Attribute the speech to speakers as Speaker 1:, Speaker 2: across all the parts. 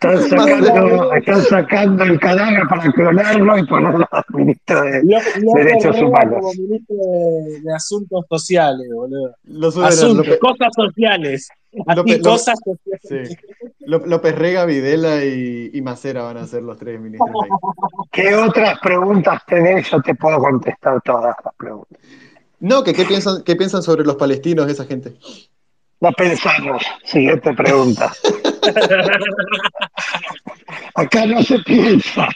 Speaker 1: Están sacando, están sacando el cadáver para clonarlo y ponerlo al ministro de
Speaker 2: Lo- lo
Speaker 1: Derechos
Speaker 2: agarraba
Speaker 1: Humanos.
Speaker 2: Como ministro de, de Asuntos Sociales, boludo.
Speaker 3: Los
Speaker 2: Asuntos,
Speaker 3: López,
Speaker 2: cosas sociales. Así,
Speaker 3: López-
Speaker 2: cosas sociales.
Speaker 3: sí. Ló- López Rega, Videla y, y Macera van a ser los tres ministros. ahí.
Speaker 1: ¿Qué otras preguntas tenés? Yo te puedo contestar todas las preguntas.
Speaker 3: No, que qué piensan, qué piensan sobre los palestinos esa gente.
Speaker 1: No pensamos. Siguiente pregunta. Acá no se piensa.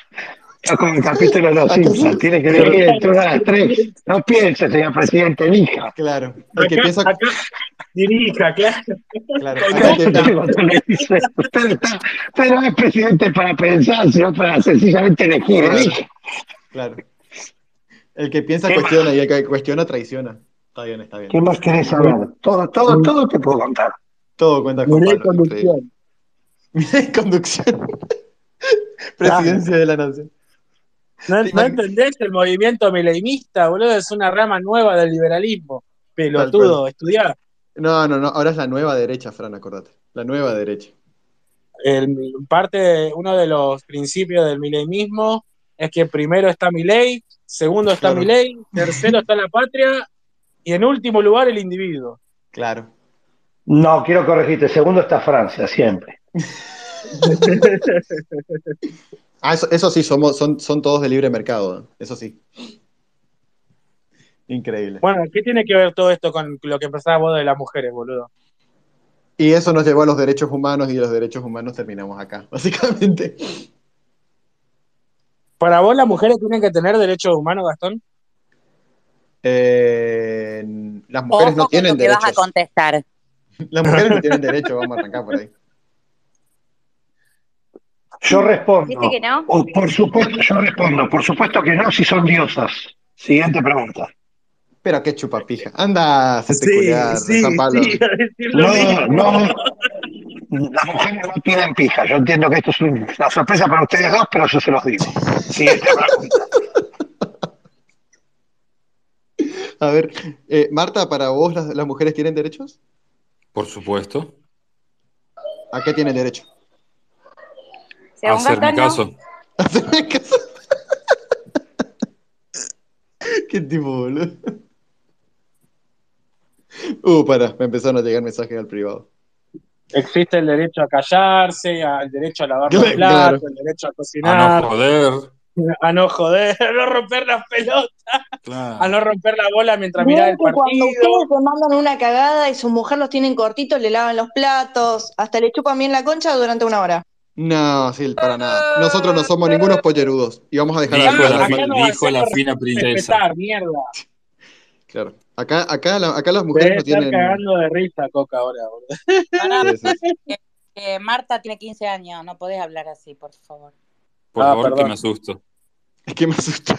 Speaker 1: Es como el capítulo de los Simpsons. Tiene que venir en todas las tres. No piense, señor presidente, elija.
Speaker 3: Claro. El que
Speaker 2: Acá-
Speaker 3: piensa,
Speaker 2: acá dirija, claro.
Speaker 3: claro,
Speaker 2: acá-
Speaker 3: acá el que-
Speaker 1: Le dice, Usted, está, usted no es presidente para pensar, sino para sencillamente elegir. Elija.
Speaker 3: claro. El que piensa
Speaker 1: ¿Qué más?
Speaker 3: cuestiona y el que cuestiona traiciona. Está bien, está bien.
Speaker 1: ¿Qué más querés saber? Todo, todo, todo te puedo contar.
Speaker 3: Todo cuenta con
Speaker 2: Mirá y
Speaker 3: Pablo. increíble.
Speaker 2: conducción.
Speaker 3: Mirá y conducción. Presidencia de la nación.
Speaker 2: ¿No,
Speaker 3: Sí,
Speaker 2: no
Speaker 3: man.
Speaker 2: entendés el movimiento mileimista, boludo? Es una rama nueva del liberalismo.
Speaker 3: Tal
Speaker 2: Pelotudo, estudiá.
Speaker 3: No, no, no. Ahora es la nueva derecha, Fran, acordate. La nueva derecha.
Speaker 2: el- parte de- uno de los principios del milenismo es que primero está mi ley, segundo está
Speaker 3: Claro.
Speaker 2: mi ley, tercero está la patria y en último lugar el individuo.
Speaker 3: Claro.
Speaker 4: No, quiero corregirte. Segundo está Francia, siempre.
Speaker 3: Ah, eso, eso sí, somos, son, son todos de libre mercado. ¿no? Eso sí. Increíble.
Speaker 2: Bueno, ¿qué tiene que ver todo esto con lo que empezabas vos de las mujeres, boludo?
Speaker 3: Y eso nos llevó a los derechos humanos y de los derechos humanos terminamos acá, básicamente.
Speaker 2: Para vos las mujeres tienen que tener derechos humanos, Gastón.
Speaker 3: Eh, las mujeres
Speaker 5: Ojo
Speaker 3: no
Speaker 5: con
Speaker 3: tienen
Speaker 5: lo que vas a
Speaker 3: derechos.
Speaker 5: contestar.
Speaker 3: Las mujeres no tienen derechos, vamos a arrancar por ahí.
Speaker 4: Yo respondo.
Speaker 5: ¿Viste que no?
Speaker 1: O, por supuesto, yo respondo, por supuesto que no, si son diosas. Siguiente pregunta.
Speaker 3: Pero qué chupapija. Anda, se te Ah, culiar, San Pablo.
Speaker 2: iba a decir lo
Speaker 1: No,
Speaker 2: mismo.
Speaker 1: no. Las mujeres no tienen pija. Yo entiendo que esto es un- una sorpresa para ustedes dos, pero yo se los digo. Siguiente pregunta.
Speaker 3: A ver, eh, Marta, ¿para vos las, las mujeres tienen derechos?
Speaker 6: Por supuesto.
Speaker 3: ¿A qué tienen derecho?
Speaker 5: Según
Speaker 6: Hacerme
Speaker 5: Gastón, no.
Speaker 6: caso.
Speaker 3: Hacerme caso. qué tipo, boludo. Uh, para, me empezaron a llegar mensajes al privado.
Speaker 2: Existe el derecho a callarse, al derecho a lavar los
Speaker 3: Claro.
Speaker 2: platos, el derecho a
Speaker 6: A
Speaker 2: cocinar,
Speaker 6: no joder.
Speaker 2: a no joder, a no romper las pelotas,
Speaker 6: Claro.
Speaker 2: a no romper la bola mientras mirás
Speaker 7: Bien,
Speaker 2: el
Speaker 7: que cuando
Speaker 2: partido.
Speaker 7: ustedes se mandan una cagada y sus mujeres los tienen cortitos, le lavan los platos, hasta le chupan bien la concha durante una hora.
Speaker 3: No, sí, para nada. Nosotros no somos ningunos pollerudos. Y vamos a dejar
Speaker 6: Dijo
Speaker 3: a
Speaker 6: la,
Speaker 2: acá
Speaker 6: fi-
Speaker 2: no
Speaker 6: dijo la
Speaker 2: hacemos
Speaker 6: fina princesa.
Speaker 2: Respetar, mierda.
Speaker 3: Claro. Acá, acá, la- acá las
Speaker 2: Debe
Speaker 3: mujeres no
Speaker 2: estar
Speaker 3: tienen.
Speaker 2: cagando de risa, Coca, ahora, boludo.
Speaker 5: Pará,
Speaker 3: Sí, sí, sí.
Speaker 5: eh, Marta tiene 15 años, no podés hablar así, por favor.
Speaker 6: Por
Speaker 2: Ah,
Speaker 6: favor, que
Speaker 2: perdón.
Speaker 6: me asusto.
Speaker 3: Es que me asustó.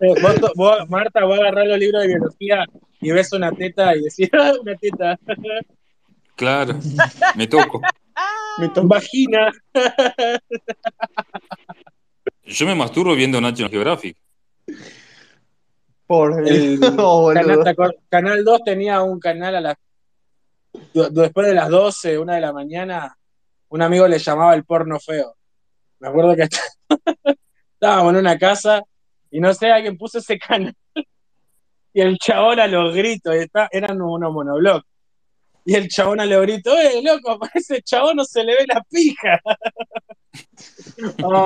Speaker 2: Eh, vos to- vos, Marta, vos agarrás los libros de biología y ves una teta y decís, "Ah, una teta,
Speaker 6: Claro. Me toco.
Speaker 3: Me tomó.
Speaker 2: vagina.
Speaker 6: Yo me masturbo viendo National Geographic.
Speaker 3: Por
Speaker 2: El
Speaker 3: No,
Speaker 2: canal,
Speaker 3: boludo.
Speaker 2: ¿te acor- Canal 2 tenía un canal a las... du- Después de las 12, una de la mañana, un amigo le llamaba el porno feo. Me acuerdo que está- estábamos en una casa y no sé, alguien puso ese canal y el chabón a los gritos, y está- eran unos monoblog. Y el chabón a los gritos, ¡eh, loco! A ese chabón no se le ve la pija.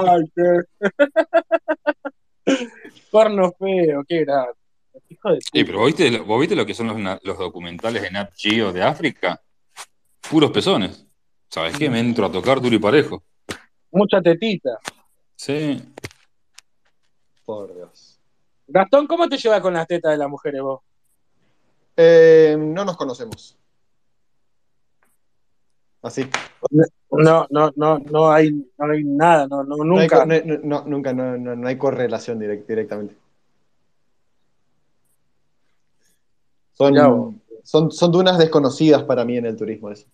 Speaker 2: Ay, qué- Porno feo, qué grave. Hijo de
Speaker 6: Eh, pero ¿vos viste, lo- vos viste lo que son los, na- los documentales de Nat Geo de África? Puros pezones. ¿Sabes qué? Me entro a tocar duro y parejo.
Speaker 2: Mucha tetita.
Speaker 6: Sí.
Speaker 3: Por Dios.
Speaker 2: Gastón, ¿cómo te llevas con las tetas de las mujeres vos?
Speaker 3: Eh, no nos conocemos. Así.
Speaker 2: No, no, no, no hay, no hay nada, no, no,
Speaker 3: No hay
Speaker 2: nunca.
Speaker 3: co- No, no- no- nunca, no, no- no hay correlación direct- directamente.
Speaker 2: Ya, vos.
Speaker 3: Son, son, son dunas desconocidas para mí en el turismo. Eso.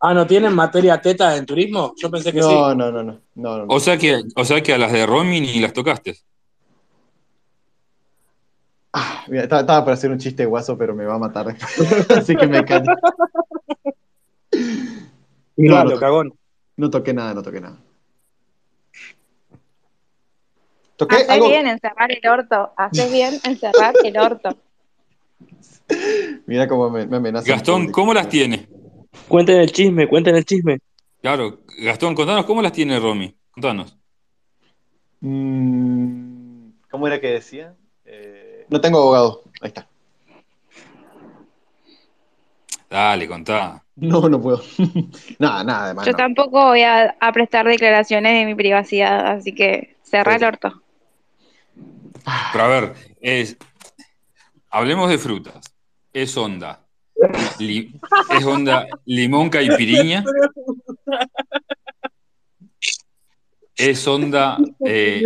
Speaker 2: Ah, ¿no tienen materia teta en turismo? Yo pensé que
Speaker 3: No,
Speaker 2: sí.
Speaker 3: no, no, no, no, no, no.
Speaker 6: O sea que, o sea que a las de Romy ni las tocaste.
Speaker 3: Ah, mira, estaba, estaba para hacer un chiste guaso, pero me va a matar. Así que me encanta. Claro.
Speaker 8: Ignoralo, cagón.
Speaker 3: No toqué nada, no toqué nada. Toqué
Speaker 9: Haces
Speaker 3: algo.
Speaker 9: bien en cerrar el orto. Haces bien en cerrar el orto.
Speaker 3: Mira cómo me, me amenaza.
Speaker 6: Gastón, ¿cómo las tiene?
Speaker 8: Cuenten el chisme, cuenten el chisme.
Speaker 6: Claro, Gastón, contanos cómo las tiene Romy. Contanos.
Speaker 3: Mm,
Speaker 10: ¿Cómo era que decía? Eh,
Speaker 3: no tengo abogado. Ahí está.
Speaker 6: Dale, contá.
Speaker 3: No, no puedo. nada, nada, además.
Speaker 9: Yo tampoco voy a, a prestar declaraciones de mi privacidad, así que cerrar el orto.
Speaker 6: Pero a ver, es- hablemos de frutas. Es onda. Li- es onda limón caipiriña. Es onda eh,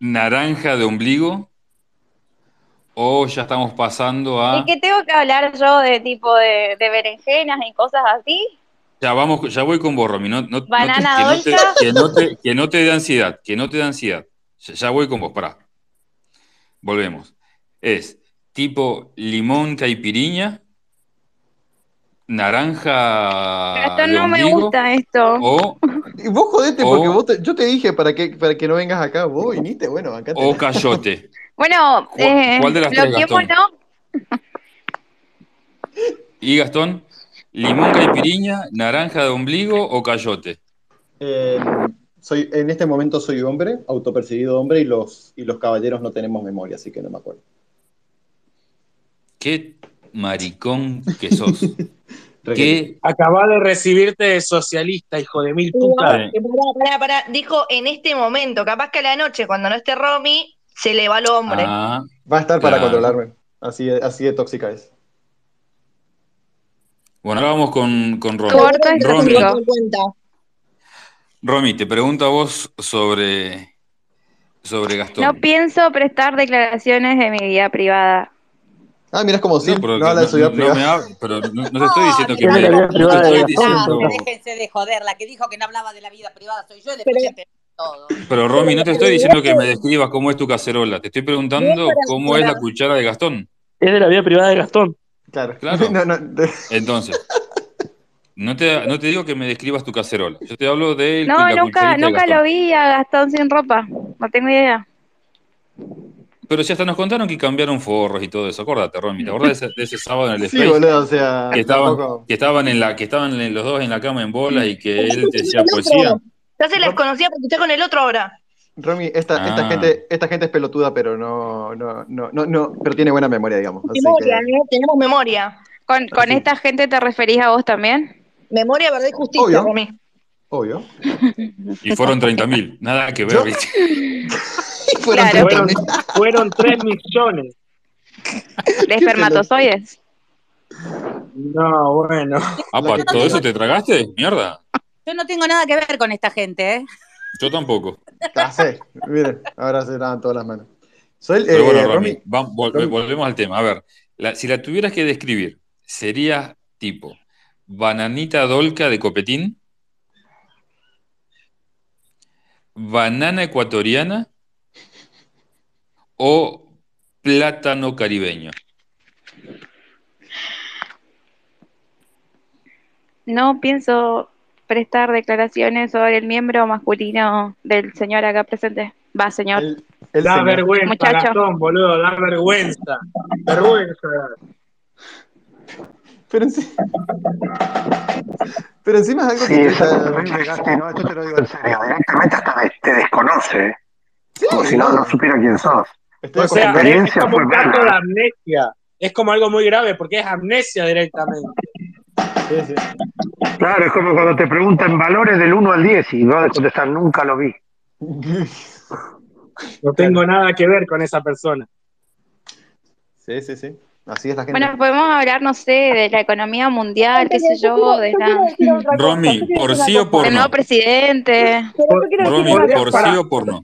Speaker 6: naranja de ombligo. O ya estamos pasando a.
Speaker 9: ¿Y qué tengo que hablar yo de tipo de, de berenjenas y cosas así?
Speaker 6: Ya vamos, ya voy con vos, Romy. No, no- no te-
Speaker 9: Banana
Speaker 6: que no te-
Speaker 9: dolca.
Speaker 6: que, no te, que no te dé ansiedad, que no te dé ansiedad. Ya, ya voy con vos, pará. Volvemos. Es tipo limón caipiriña, naranja.
Speaker 9: Pero esto
Speaker 6: Ah, de
Speaker 9: no me
Speaker 6: ombligo, Oh.
Speaker 9: gusta esto.
Speaker 6: O,
Speaker 3: Y vos jodete porque
Speaker 6: O-
Speaker 3: vos te- yo te dije para que, para que no vengas acá. Vos viniste, bueno, acá te.
Speaker 6: o cayote.
Speaker 9: Bueno,
Speaker 6: ¿Cuál-
Speaker 9: eh,
Speaker 6: cuál de las tres,
Speaker 9: bloqueémonos.
Speaker 6: Y Gastón, limón caipiriña, naranja de ombligo o cayote.
Speaker 3: Eh, soy, en este momento soy hombre, autopercibido hombre, y los, y los caballeros no tenemos memoria, así que no me acuerdo.
Speaker 6: Qué maricón que sos. Qué
Speaker 2: Acabás de recibirte de socialista, hijo de mil puta.
Speaker 6: Claro.
Speaker 7: Que Pará, pará, pará. Dijo en este momento, capaz que a la noche, cuando no esté Romy, se le va al hombre.
Speaker 6: Ah,
Speaker 3: Va a estar para
Speaker 6: Claro.
Speaker 3: controlarme. Así, de- así de tóxica es.
Speaker 6: Bueno, ahora vamos con, con Romy.
Speaker 9: Tu orto es
Speaker 6: Romy.
Speaker 9: tóxico.
Speaker 6: Romy, te pregunto a vos sobre, sobre Gastón.
Speaker 9: No pienso prestar declaraciones de mi vida privada.
Speaker 3: Ah, mira, es como si
Speaker 6: No, pero
Speaker 3: no habla de su vida
Speaker 6: no- no
Speaker 3: privada.
Speaker 6: me hab- pero no, no te estoy diciendo que
Speaker 5: No,
Speaker 6: me-
Speaker 5: la vida
Speaker 6: no te
Speaker 5: privada
Speaker 6: estoy
Speaker 5: de
Speaker 6: diciendo-
Speaker 5: Ah, Déjense de joder, la que dijo que no hablaba de la vida privada soy yo y después se enteró de todo.
Speaker 6: pero Romy, no te estoy diciendo que me describas cómo es tu cacerola. Te estoy preguntando cómo es la cuchara de Gastón.
Speaker 8: Es de la vida privada de Gastón.
Speaker 3: Claro.
Speaker 6: Claro.
Speaker 3: No, no, de-
Speaker 6: Entonces, no te, no te digo que me describas tu cacerola. Yo te hablo de
Speaker 9: No,
Speaker 6: la
Speaker 9: nunca,
Speaker 6: cucharita de
Speaker 9: nunca
Speaker 6: Gastón.
Speaker 9: lo vi a Gastón sin ropa. No tengo idea.
Speaker 6: Pero si hasta nos contaron que cambiaron forros y todo eso. Acordate, Romy, ¿te acordás de ese, de ese sábado en el
Speaker 3: Sí,
Speaker 6: Space?
Speaker 3: boludo, o sea.
Speaker 6: que estaban,
Speaker 3: tampoco-
Speaker 6: que estaban en la que estaban en- los dos en la cama en bolas y que él te decía poesía.
Speaker 7: Ya se las conocía porque está con el otro ahora.
Speaker 3: Romy, esta,
Speaker 6: Ah.
Speaker 3: esta, gente, esta gente es pelotuda, pero no, no, no, no, no, pero tiene buena memoria, digamos. Así
Speaker 7: Memoria,
Speaker 3: que- Ah,
Speaker 7: ¿eh? Tenemos memoria.
Speaker 9: ¿Con, con
Speaker 3: sí.
Speaker 9: esta gente te referís a vos también?
Speaker 7: Memoria, verdad y justicia,
Speaker 3: Obvio.
Speaker 7: Romy.
Speaker 3: Obvio.
Speaker 6: Y fueron 30.000. Nada que ver,
Speaker 3: Yo-
Speaker 6: ¿viste?
Speaker 3: Fueron
Speaker 9: Claro.
Speaker 2: Fueron,
Speaker 3: 30.000.
Speaker 2: fueron 3 millones.
Speaker 9: De espermatozoides.
Speaker 2: No, bueno.
Speaker 6: Apa, Ah, ¿todo eso te tragaste? Mierda.
Speaker 5: Yo no tengo nada que ver con esta gente, ¿eh?
Speaker 6: Yo tampoco.
Speaker 3: Ah, sí, miren, ahora se dan todas las manos. Soy,
Speaker 6: Pero
Speaker 3: eh,
Speaker 6: bueno,
Speaker 3: Romy,
Speaker 6: Romy, va- vol-
Speaker 3: Romy.
Speaker 6: volvemos al tema. A ver, la- si la tuvieras que describir, sería tipo bananita dolca de copetín, banana ecuatoriana o plátano caribeño.
Speaker 9: No pienso prestar declaraciones sobre el miembro masculino del señor acá presente. Va, señor.
Speaker 3: el, el
Speaker 2: Da
Speaker 3: señor.
Speaker 2: vergüenza,
Speaker 9: Muchacho.
Speaker 2: Gastón, boludo, da vergüenza. Vergüenza.
Speaker 3: Pero, enci- pero encima es algo
Speaker 1: Sí,
Speaker 3: que
Speaker 1: eso es
Speaker 3: está-
Speaker 1: terrible, Gasti, no, esto te lo digo en serio. Directamente hasta te, te desconoce, ¿eh?
Speaker 3: Sí,
Speaker 1: como si no, no supiera quién sos.
Speaker 3: estoy
Speaker 2: O sea,
Speaker 3: acostumbrado.
Speaker 2: es,
Speaker 1: experiencia
Speaker 2: como un
Speaker 1: fue
Speaker 2: caso de
Speaker 1: mala.
Speaker 2: amnesia. Es como algo muy grave porque es amnesia directamente.
Speaker 3: Sí, sí.
Speaker 1: Claro, es como cuando te preguntan valores del 1 al 10 y no vas a contestar, nunca lo vi.
Speaker 2: No tengo nada que ver con esa persona.
Speaker 3: sí, sí, sí. Así es la gente.
Speaker 9: Bueno, podemos hablar, no sé, de la economía mundial, qué sé yo, de la,
Speaker 6: Romy, por sí o por
Speaker 9: del nuevo
Speaker 6: no.
Speaker 9: presidente.
Speaker 6: Romy,
Speaker 2: Podría-
Speaker 6: por sí
Speaker 2: pará.
Speaker 6: o por no.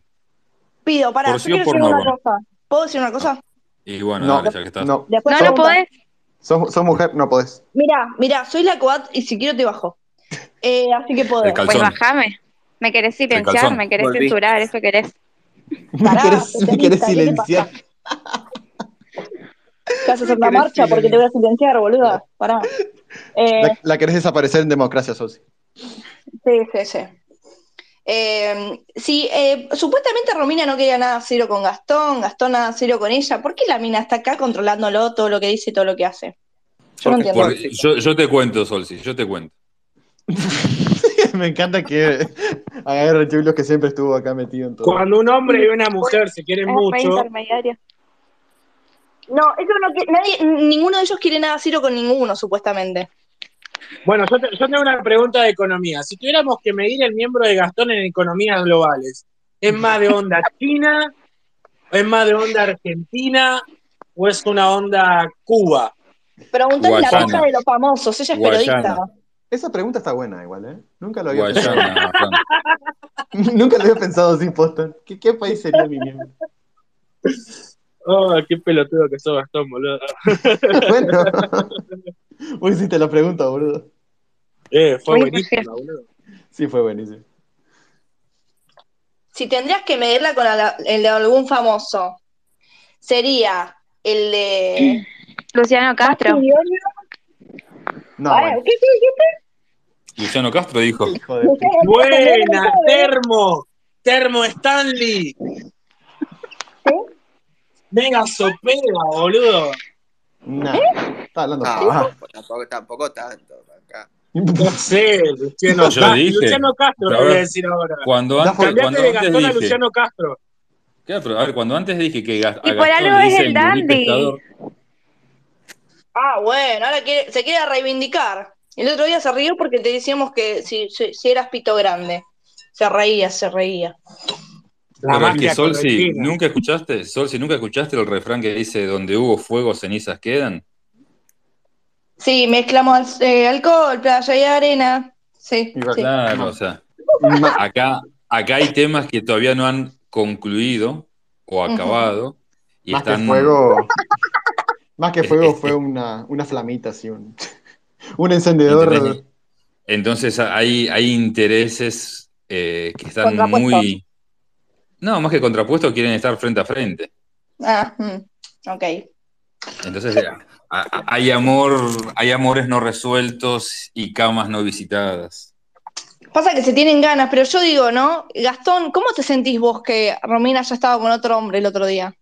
Speaker 7: Pido, pará,
Speaker 6: Por
Speaker 7: yo
Speaker 6: sí o
Speaker 7: quiero
Speaker 6: por
Speaker 7: decir
Speaker 6: no,
Speaker 7: una
Speaker 6: Romy.
Speaker 7: cosa. ¿Puedo decir una cosa?
Speaker 6: Y bueno,
Speaker 3: No,
Speaker 6: dale, ya que estás.
Speaker 3: no,
Speaker 7: Después
Speaker 9: No, no
Speaker 7: pregunta-
Speaker 9: podés.
Speaker 3: sos, sos mujer, no podés.
Speaker 7: Mirá, mirá, soy la coat y si quiero te bajo. Eh, así que podés.
Speaker 6: El
Speaker 9: Pues
Speaker 6: calzón.
Speaker 9: bajame. Me querés silenciar,
Speaker 6: calzón.
Speaker 9: me querés
Speaker 8: Volví.
Speaker 9: censurar, eso querés.
Speaker 3: me
Speaker 7: Pará,
Speaker 3: querés, me querés
Speaker 7: feminista, ¿qué te
Speaker 3: silenciar.
Speaker 7: ¿Qué vas a hacer una
Speaker 3: ¿Querés
Speaker 7: marcha porque te voy a silenciar, boluda. Pará. Eh,
Speaker 3: La, la querés desaparecer en democracia, Sosi.
Speaker 7: Sí, sí, sí. Eh, sí, eh, supuestamente Romina no quería nada cero con Gastón, Gastón nada cero con ella. ¿Por qué la mina está acá controlándolo todo lo que dice y todo lo que hace? Yo no entiendo.
Speaker 6: Porque yo, yo te cuento, Solsi, yo te cuento.
Speaker 3: Me encanta que agarre el Julio que siempre estuvo acá metido en todo.
Speaker 2: Cuando un hombre y una mujer se quieren mucho,
Speaker 9: intermediario.
Speaker 7: No, eso no que- nadie, ninguno de ellos quiere nada cero con ninguno, supuestamente.
Speaker 2: Bueno, yo, te- yo tengo una pregunta de economía. Si tuviéramos que medir el miembro de Gastón en economías globales, ¿es más de onda China? ¿Es más de onda Argentina? ¿O es una onda Cuba?
Speaker 7: Preguntale la
Speaker 6: Guayana.
Speaker 7: boca de los famosos, ella es
Speaker 6: Guayana.
Speaker 7: periodista.
Speaker 3: Esa pregunta está buena igual, ¿eh? Nunca lo había pensado.
Speaker 6: Guayana, Fran.
Speaker 3: Nunca lo había pensado así, Poston. ¿Qué, qué país sería mi miembro?
Speaker 2: Oh, qué pelotudo que sos Gastón, boludo.
Speaker 3: Bueno. Vos hiciste la pregunta, boludo.
Speaker 2: Eh, fue
Speaker 9: Muy
Speaker 2: buenísimo, boludo.
Speaker 3: Sí, fue buenísimo.
Speaker 7: Si tendrías que medirla con ala- el de algún famoso, sería el de.
Speaker 9: Luciano Castro.
Speaker 3: No,
Speaker 7: Ay,
Speaker 3: bueno.
Speaker 7: ¿qué- qué- qué-
Speaker 6: Luciano Castro dijo.
Speaker 3: Hijo de puta.
Speaker 2: Buena, termo, termo Stanley. Mega sopera, boludo.
Speaker 3: Nah.
Speaker 6: ¿Eh?
Speaker 3: Está hablando.
Speaker 6: Ah.
Speaker 11: No,
Speaker 3: paja.
Speaker 11: Ah, tampoco, tampoco tanto. Acá.
Speaker 2: No sé, Luciano
Speaker 6: Yo
Speaker 2: Castro.
Speaker 6: dije.
Speaker 2: Luciano Castro
Speaker 6: Pero
Speaker 2: te
Speaker 6: a
Speaker 2: voy a
Speaker 6: ver.
Speaker 2: decir ahora.
Speaker 6: Cuando
Speaker 3: Ya
Speaker 6: antes,
Speaker 3: fue.
Speaker 2: Cambiate
Speaker 6: cuando
Speaker 2: de
Speaker 6: antes
Speaker 2: Gastón a
Speaker 6: dije.
Speaker 2: Luciano Castro.
Speaker 6: Claro, pero, a ver, cuando antes dije que Gas- a
Speaker 9: Y por
Speaker 6: Gastón
Speaker 9: algo
Speaker 6: le
Speaker 9: es
Speaker 6: dicen
Speaker 9: el
Speaker 6: Lulí
Speaker 9: dandy.
Speaker 6: Pescador.
Speaker 7: Ah, bueno, ahora quiere- se quiere reivindicar. El otro día se rió porque te decíamos que si, si- si eras pito grande. Se reía, se reía.
Speaker 6: Pero es que
Speaker 2: magia
Speaker 6: Sol, si
Speaker 2: correntina.
Speaker 6: nunca escuchaste, Sol, si nunca escuchaste el refrán que dice donde hubo fuego, cenizas quedan.
Speaker 7: Sí, mezclamos eh, alcohol, playa y arena. Sí,
Speaker 3: Y va-
Speaker 7: sí.
Speaker 6: Claro, o sea,
Speaker 3: Ma-
Speaker 6: acá, acá hay temas que todavía no han concluido o
Speaker 7: Ujú.
Speaker 6: acabado. Y
Speaker 3: más
Speaker 6: están,
Speaker 3: que fuego. Más que
Speaker 6: Es-
Speaker 3: fuego
Speaker 6: es-
Speaker 3: fue una, una flamita, así. Un, un encendedor.
Speaker 6: ¿Entendés? Entonces hay, hay intereses eh, que están
Speaker 7: Contrapuestos.
Speaker 6: muy. No, más que contrapuestos, quieren estar frente a frente.
Speaker 7: Ah, mm, ok.
Speaker 6: Entonces eh, a- a- hay amor, hay amores no resueltos y camas no visitadas.
Speaker 7: Pasa que se tienen ganas, pero yo digo, ¿no? Gastón, ¿cómo te sentís vos que Romina ya estaba con otro hombre el otro día?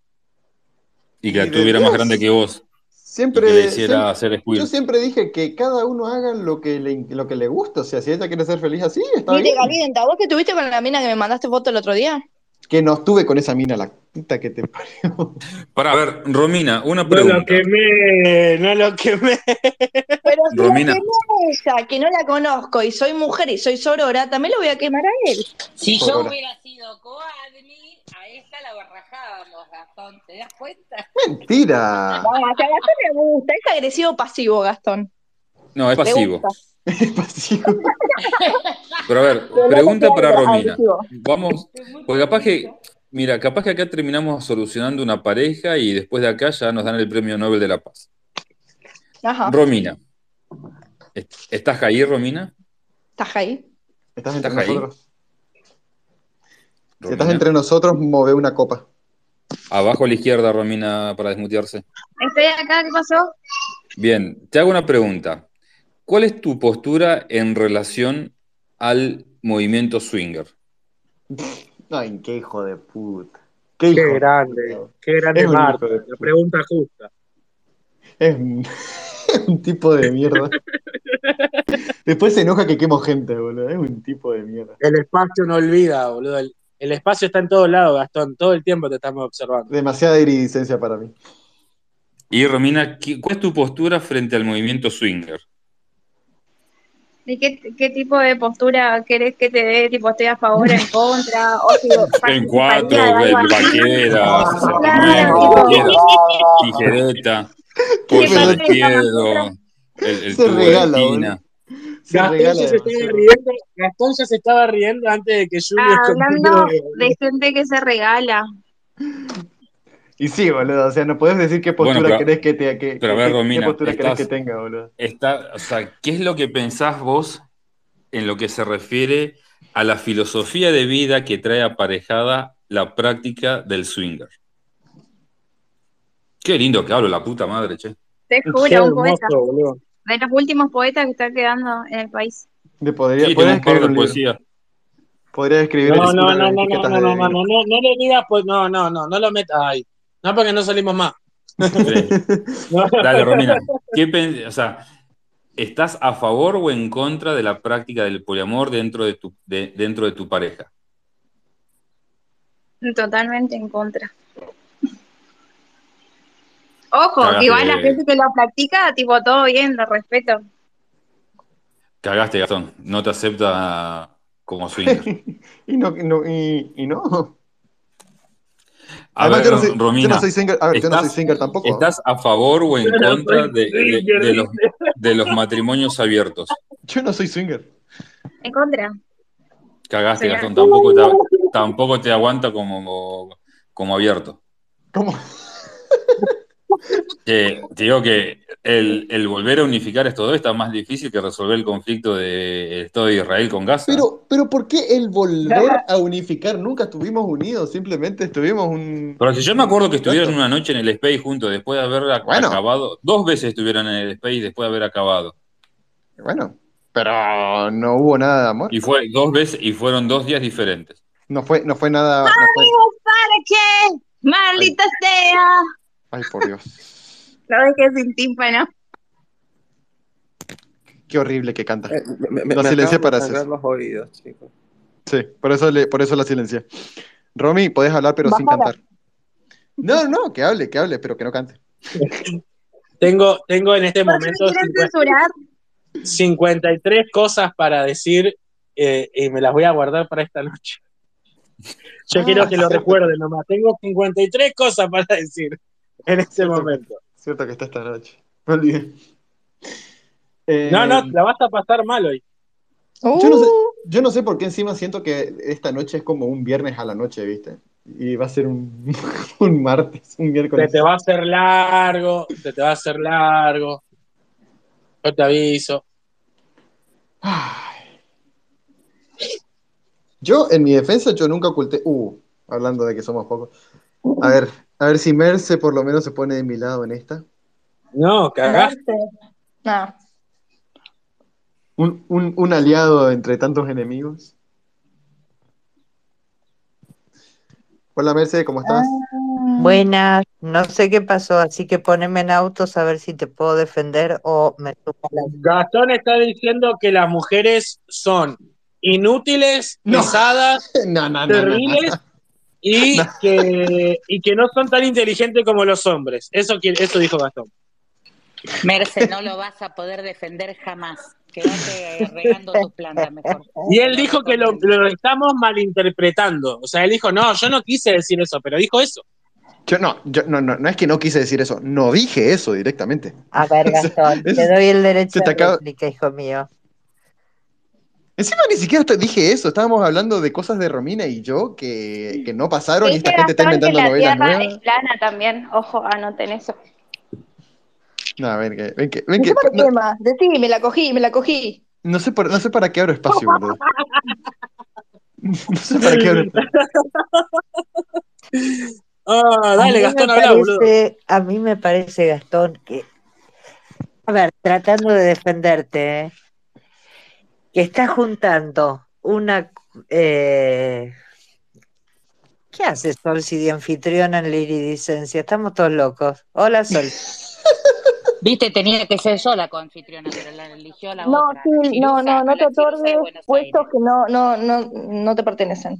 Speaker 6: Y que
Speaker 3: Y
Speaker 6: la
Speaker 3: de
Speaker 6: tuviera más
Speaker 3: Dios.
Speaker 6: grande que vos y que
Speaker 3: Siempre.
Speaker 6: le hiciera
Speaker 3: siempre-
Speaker 6: hacer squirt.
Speaker 3: yo siempre dije que cada uno haga lo que le, lo que le gusta. O sea, si ella quiere ser feliz así, está
Speaker 7: Mire,
Speaker 3: bien.
Speaker 7: calienta, vos que estuviste con la mina que me mandaste foto el otro día.
Speaker 3: Que no estuve con esa mina, la puta que te parió.
Speaker 6: Para a ver, Romina, una
Speaker 2: No lo
Speaker 6: pregunta.
Speaker 2: quemé, no lo quemé.
Speaker 7: Pero si lo
Speaker 6: Romina.
Speaker 7: quemé a ella, que no la conozco y soy mujer y soy sorora, también lo voy a quemar a él.
Speaker 5: Si
Speaker 3: Por
Speaker 5: yo
Speaker 3: hora.
Speaker 5: hubiera sido coadmi, a esta la barrajábamos, Gastón. ¿Te das cuenta?
Speaker 3: Mentira.
Speaker 7: No, a Gastón le gusta, es agresivo pasivo, Gastón.
Speaker 6: No, es
Speaker 7: Le
Speaker 6: pasivo.
Speaker 7: gusta.
Speaker 3: Es pasivo.
Speaker 6: Pero a ver, pregunta para Romina.
Speaker 7: Agresivo.
Speaker 6: Vamos, porque capaz que, mira, capaz que acá terminamos solucionando una pareja y después de acá ya nos dan el premio Nobel de la Paz.
Speaker 3: Ah.
Speaker 7: Ajá,
Speaker 6: Romina. ¿est- ¿Estás ahí, Romina?
Speaker 7: estás ahí.
Speaker 3: Estás entre
Speaker 6: ¿Estás ahí?
Speaker 3: nosotros. Si estás
Speaker 6: Romina.
Speaker 3: entre nosotros, move una copa.
Speaker 6: Abajo a la izquierda, Romina, para desmutearse.
Speaker 9: Estoy acá, ¿qué pasó?
Speaker 6: Bien, te hago una pregunta. ¿Cuál es tu postura en relación al movimiento swinger?
Speaker 3: Ay, qué hijo de puta. Qué hijo. de
Speaker 2: grande, qué grande
Speaker 3: Es un hijo
Speaker 2: Marta.
Speaker 3: de
Speaker 2: La pregunta justa.
Speaker 3: Es un, es un tipo de mierda. Después se enoja que quemo gente, boludo. Es un tipo de mierda.
Speaker 2: El espacio no olvida, boludo. El, el espacio está en todos lados, Gastón. Todo el tiempo te estamos observando.
Speaker 3: Demasiada iridicencia para mí.
Speaker 6: Y Romina, ¿qué- ¿cuál es tu postura frente al movimiento swinger?
Speaker 9: ¿De qué, qué tipo de postura querés que te dé? Tipo, estoy a favor, en contra, o digo,
Speaker 6: En cuatro, eh,
Speaker 9: paqueada, algo
Speaker 6: el
Speaker 9: así.
Speaker 6: vaquera,
Speaker 9: Claro,
Speaker 6: el
Speaker 9: tipo,
Speaker 6: vaquera, tijereta,
Speaker 3: Qué
Speaker 6: pollo
Speaker 3: pelotudo.
Speaker 6: de piedra, el, el
Speaker 3: Se
Speaker 6: tubo
Speaker 3: regala,
Speaker 6: de esquina.
Speaker 3: Se
Speaker 2: Gastón ya,
Speaker 3: regala
Speaker 2: se estaba
Speaker 3: demasiado.
Speaker 2: riendo, Gastón ya se estaba riendo antes de que
Speaker 9: Ah,
Speaker 2: Julio
Speaker 9: hablando de gente que se regala.
Speaker 3: Y sí, boludo. O sea, no podés decir qué postura
Speaker 6: Bueno, pero-
Speaker 3: crees que te. Que,
Speaker 6: pero a ver,
Speaker 3: qué- qué
Speaker 6: Romina,
Speaker 3: postura
Speaker 6: estás-
Speaker 3: crees que tenga, boludo.
Speaker 6: Está, o sea, ¿qué es lo que pensás vos en lo que se refiere a la filosofía de vida que trae aparejada la práctica del swinger? Qué lindo que hablo, la puta madre, che.
Speaker 9: Te juro, un poeta. de los últimos poetas que están quedando en el país.
Speaker 3: Le podría,
Speaker 6: Sí, tengo
Speaker 3: podría
Speaker 6: un par
Speaker 3: escribir
Speaker 6: de
Speaker 3: un libro.
Speaker 6: poesías.
Speaker 3: Podría escribir
Speaker 2: No,
Speaker 3: el
Speaker 2: no,
Speaker 3: libro
Speaker 2: no,
Speaker 3: de
Speaker 2: no, no,
Speaker 3: etiquetas
Speaker 2: no,
Speaker 3: de-
Speaker 2: no, no, no, no le digas, pues, no, no, no, no lo metas ahí. No, porque no salimos más.
Speaker 6: Dale, Romina. ¿qué pen- o sea, ¿estás a favor o en contra de la práctica del poliamor dentro de tu, de- dentro de tu pareja?
Speaker 9: Totalmente en contra. Ojo,
Speaker 6: Cagaste.
Speaker 9: igual la gente que lo practica, tipo, todo bien, lo respeto.
Speaker 6: Cagaste, Gastón. No te acepta como swinger.
Speaker 3: Y no, y no, y, y no.
Speaker 6: A
Speaker 3: Además,
Speaker 6: ver,
Speaker 3: yo, no soy,
Speaker 6: Romina.
Speaker 3: yo no soy single, a ver, yo no soy
Speaker 6: ¿estás-
Speaker 3: single tampoco.
Speaker 6: ¿Estás a favor o en
Speaker 3: Yo no
Speaker 6: contra
Speaker 3: soy
Speaker 6: de, de-
Speaker 3: swinger,
Speaker 6: de los, de los matrimonios abiertos?
Speaker 3: Yo no soy swinger.
Speaker 9: En contra.
Speaker 6: Cagaste,
Speaker 9: Sí.
Speaker 6: Gastón. Tampoco te, tampoco te aguanta como, como abierto.
Speaker 3: ¿Cómo?
Speaker 6: Que, Eh, te digo que el, el volver a unificar esto dos está más difícil que resolver el conflicto de Estado de Israel con Gaza.
Speaker 3: Pero, pero ¿por qué el volver a unificar? Nunca estuvimos unidos, simplemente estuvimos un.
Speaker 6: Pero si yo me acuerdo que estuvieron una noche en el Space juntos después de haber ac-
Speaker 3: Bueno.
Speaker 6: acabado, dos veces estuvieron en el Space después de haber acabado.
Speaker 3: Bueno, pero no hubo nada de amor.
Speaker 6: Y fue dos veces y fueron dos días diferentes.
Speaker 3: No fue, no fue nada. Ah, no fue-
Speaker 9: Amigos, ¿para qué? Maldita sea.
Speaker 3: Ay, por Dios.
Speaker 9: Lo dejé sin tímpano.
Speaker 3: Qué horrible que canta.
Speaker 11: Eh, Me-
Speaker 3: la
Speaker 11: me
Speaker 3: silencié
Speaker 11: acaban de
Speaker 3: para
Speaker 11: sangrar
Speaker 3: hacer.
Speaker 11: los oídos, chicos.
Speaker 3: Sí, por eso, le, por eso la silencié. Romy, podés hablar, pero sin
Speaker 2: Bájala.
Speaker 3: cantar. No, no, que hable, que hable, pero que no cante.
Speaker 2: Tengo, tengo en este
Speaker 9: ¿Por qué me
Speaker 2: momento
Speaker 9: quieren censurar?
Speaker 2: 53 cosas para decir eh, y me las voy a guardar para esta noche. Yo
Speaker 3: Ah,
Speaker 2: quiero que lo
Speaker 3: cierto.
Speaker 2: recuerden nomás. Tengo 53 cosas para decir en este
Speaker 3: Cierto.
Speaker 2: momento.
Speaker 3: Cierto que está esta noche. Me olvidé. Eh,
Speaker 2: No, no, Uh. la vas a pasar mal hoy.
Speaker 3: Yo no, sé, yo no sé por qué encima siento que esta noche es como un viernes a la noche, ¿viste? Y va a ser un, un martes, un
Speaker 2: Se
Speaker 3: miércoles.
Speaker 2: te va a hacer largo, se te va a hacer largo. Yo te aviso.
Speaker 3: Ay. Yo, en mi defensa, yo nunca oculté. Uh, hablando de que somos pocos. A ver, a ver si Merce por lo menos se pone de mi lado en esta.
Speaker 2: No, cagaste.
Speaker 7: No.
Speaker 3: Un, un- un aliado entre tantos enemigos. Hola Merce, ¿cómo estás?
Speaker 12: Buenas, no sé qué pasó, así que poneme en autos a ver si te puedo defender o me subo a la-
Speaker 2: Gastón está diciendo que las mujeres son inútiles, pesadas,
Speaker 3: No, no, no, no,
Speaker 2: terribles Y, que, y que no son tan inteligentes como los hombres. Eso, que- eso dijo Gastón.
Speaker 5: Merce, no lo vas a poder defender jamás. Quédate regando tus plantas mejor.
Speaker 2: Y él dijo que lo, lo estamos malinterpretando. O sea, él dijo, no, yo no quise decir eso, pero dijo eso.
Speaker 3: Yo no, yo no, no, no es que no quise decir eso, no dije eso directamente.
Speaker 12: A ver, Gastón,
Speaker 3: Es-
Speaker 12: te doy el derecho
Speaker 3: se te
Speaker 12: de
Speaker 3: acaba-
Speaker 12: réplica, hijo mío.
Speaker 3: Encima ni siquiera te dije eso, estábamos hablando de cosas de Romina y yo que, que no pasaron y
Speaker 9: Dice
Speaker 3: esta gente está
Speaker 9: Gastón que
Speaker 3: inventando
Speaker 9: la
Speaker 3: novelas
Speaker 9: tierra
Speaker 3: nuevas.
Speaker 9: es plana también. Ojo, anoten eso.
Speaker 3: No, ven que, ven que, ven que-
Speaker 7: ¿Qué por
Speaker 3: no,
Speaker 7: qué más? Decí, me la cogí, me la cogí.
Speaker 3: no sé por- no sé para qué abro espacio, boludo. No sé para qué abro espacio.
Speaker 2: Ah,
Speaker 12: A mí
Speaker 2: dale,
Speaker 12: me
Speaker 2: Gastón, habla, boludo.
Speaker 12: parece- A mí me parece, Gastón, que, a ver, tratando de defenderte, ¿eh? que estás juntando una... eh, ¿Qué haces, Sol, si de anfitriona en la iridicencia? Estamos todos locos. Hola, Sol.
Speaker 5: Viste, tenía que ser yo la coanfitriona, pero la eligió la
Speaker 7: No,
Speaker 5: otra.
Speaker 7: sí, no, no, no te otorgues
Speaker 5: Buenos
Speaker 7: puestos que no, no, no, no te pertenecen.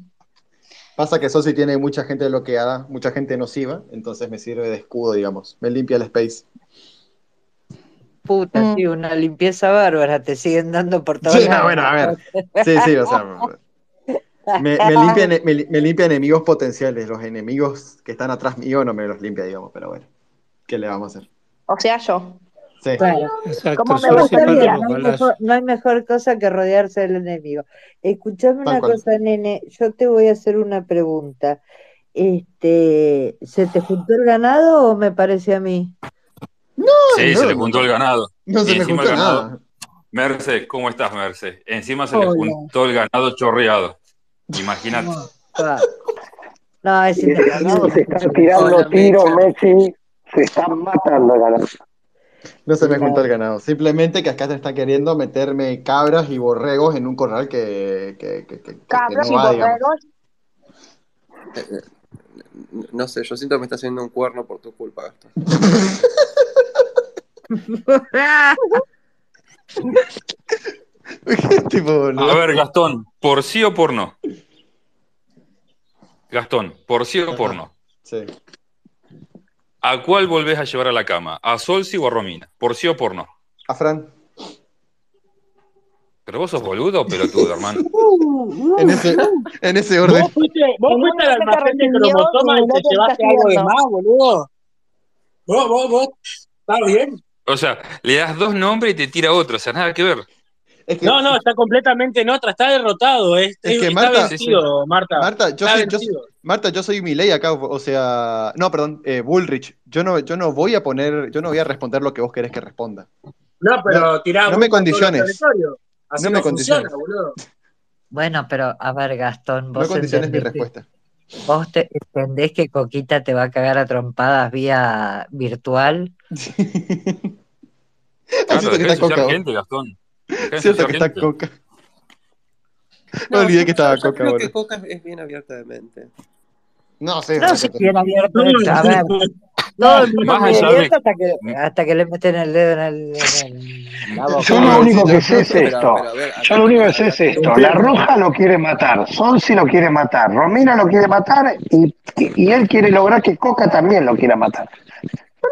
Speaker 3: Pasa que Sosi tiene mucha gente bloqueada, mucha gente nociva, entonces me sirve de escudo, digamos. Me limpia el space.
Speaker 12: Puta, sí, una limpieza bárbara. Te siguen dando por todos
Speaker 3: Sí, no,
Speaker 12: lados.
Speaker 3: bueno, a ver. Sí, sí, o sea. Me, me limpia, ene- me li- me limpia enemigos potenciales, los enemigos que están atrás mío no me los limpia, digamos, pero bueno. ¿Qué le vamos a hacer?
Speaker 7: O sea, yo.
Speaker 3: Sí.
Speaker 12: Claro.
Speaker 13: Exacto,
Speaker 7: ¿Cómo me
Speaker 12: Pero
Speaker 13: solo se
Speaker 12: está bien,
Speaker 13: falta los
Speaker 12: no, hay
Speaker 13: balazos.
Speaker 12: mejor, no hay mejor cosa que rodearse del enemigo. Escuchame
Speaker 3: Tal
Speaker 12: una
Speaker 3: cual.
Speaker 12: cosa, nene. Yo te voy a hacer una pregunta. Este, ¿se te juntó el ganado o me parece a mí?
Speaker 6: Sí,
Speaker 3: no,
Speaker 6: se le
Speaker 3: no.
Speaker 6: juntó el ganado.
Speaker 3: No se
Speaker 6: Y
Speaker 3: me
Speaker 6: encima
Speaker 3: juntó
Speaker 6: el ganado-
Speaker 3: nada.
Speaker 6: Merce, ¿cómo estás, Merce? Encima se le
Speaker 12: Hola.
Speaker 6: juntó el ganado chorreado. Imagínate.
Speaker 12: Pa. No, es
Speaker 1: El
Speaker 12: innegable.
Speaker 1: ganado se está tirando tiros, Messi. Se está matando el ganado.
Speaker 3: No se me junta el ganado. Simplemente que acá te está queriendo meterme cabras y borregos en un corral que, que, que- que- que
Speaker 7: Cabros
Speaker 3: no va,
Speaker 7: y
Speaker 3: digamos.
Speaker 7: borregos.
Speaker 11: Eh, No sé, yo siento que me está haciendo un cuerno por tu culpa, Gastón.
Speaker 6: A ver, Gastón, ¿por sí o por no? Gastón, ¿por sí o por no?
Speaker 3: Sí.
Speaker 6: ¿A cuál volvés a llevar a la cama? ¿A Solsi o a Romina? ¿Por sí o por no?
Speaker 3: A Fran.
Speaker 6: Pero vos sos boludo o pelotudo, hermano.
Speaker 3: Uh, En ese, en ese orden.
Speaker 2: fuiste, vos
Speaker 3: En
Speaker 2: fuiste
Speaker 3: uh. uno no se
Speaker 2: al
Speaker 3: te
Speaker 2: almacén de
Speaker 3: rindió,
Speaker 2: cromosoma
Speaker 3: en
Speaker 2: y
Speaker 3: el
Speaker 2: te
Speaker 3: otro
Speaker 2: llevaste
Speaker 3: estás
Speaker 2: algo de
Speaker 3: viendo.
Speaker 2: más, boludo. Vos, vos, vos, está bien.
Speaker 6: O sea, le das dos nombres y te tira otro, o sea, nada que ver.
Speaker 2: no, no, está completamente en otra, está derrotado. Es,
Speaker 3: Es que
Speaker 2: está
Speaker 3: Marta,
Speaker 2: vencido, Marta.
Speaker 3: Marta, yo
Speaker 2: Está
Speaker 3: soy, yo soy-
Speaker 2: vencido.
Speaker 3: Marta, yo soy Milei acá, o sea, no, perdón, eh, Bullrich. Yo no, yo no voy a poner, yo no voy a responder lo que vos querés que responda.
Speaker 2: No, pero tirá
Speaker 3: no
Speaker 2: vos
Speaker 3: me
Speaker 2: a todo el
Speaker 3: condiciones.
Speaker 2: territorio. Así
Speaker 3: No
Speaker 2: no,
Speaker 3: me
Speaker 2: funciona,
Speaker 3: condiciones.
Speaker 2: boludo.
Speaker 12: Bueno, pero a ver, Gastón,
Speaker 3: No
Speaker 12: vos
Speaker 3: condiciones mi
Speaker 12: entendés que-
Speaker 3: respuesta.
Speaker 12: ¿Vos te entendés que Coquita te va a cagar a trompadas vía virtual?
Speaker 6: Claro,
Speaker 3: Siento
Speaker 6: dejá de
Speaker 3: que está
Speaker 6: ensuciar
Speaker 3: coca, vos.
Speaker 6: gente, Gastón. Dejá de
Speaker 3: Siento
Speaker 6: ensuciar
Speaker 3: que está
Speaker 6: gente.
Speaker 3: coca.
Speaker 11: No,
Speaker 3: Me olvidé
Speaker 11: yo-
Speaker 3: que estaba
Speaker 11: yo- yo
Speaker 3: coca
Speaker 11: Creo
Speaker 3: ahora.
Speaker 11: que Coca es bien abierta de mente.
Speaker 3: No, sí,
Speaker 12: No, si bien abierto, es- a ver, todo el mundo
Speaker 6: Más
Speaker 12: muy
Speaker 6: allá
Speaker 12: abierto
Speaker 6: de.
Speaker 12: hasta que, hasta que le meten el dedo en, el, en el- la boca.
Speaker 1: Yo lo único que sé
Speaker 11: Pero,
Speaker 1: es esto.
Speaker 11: pero, a ver,
Speaker 1: Yo lo único que sé es esto. La Roja lo quiere matar, Sonsi lo quiere matar, Romina lo quiere matar y, y él quiere lograr que Coca también lo quiera matar.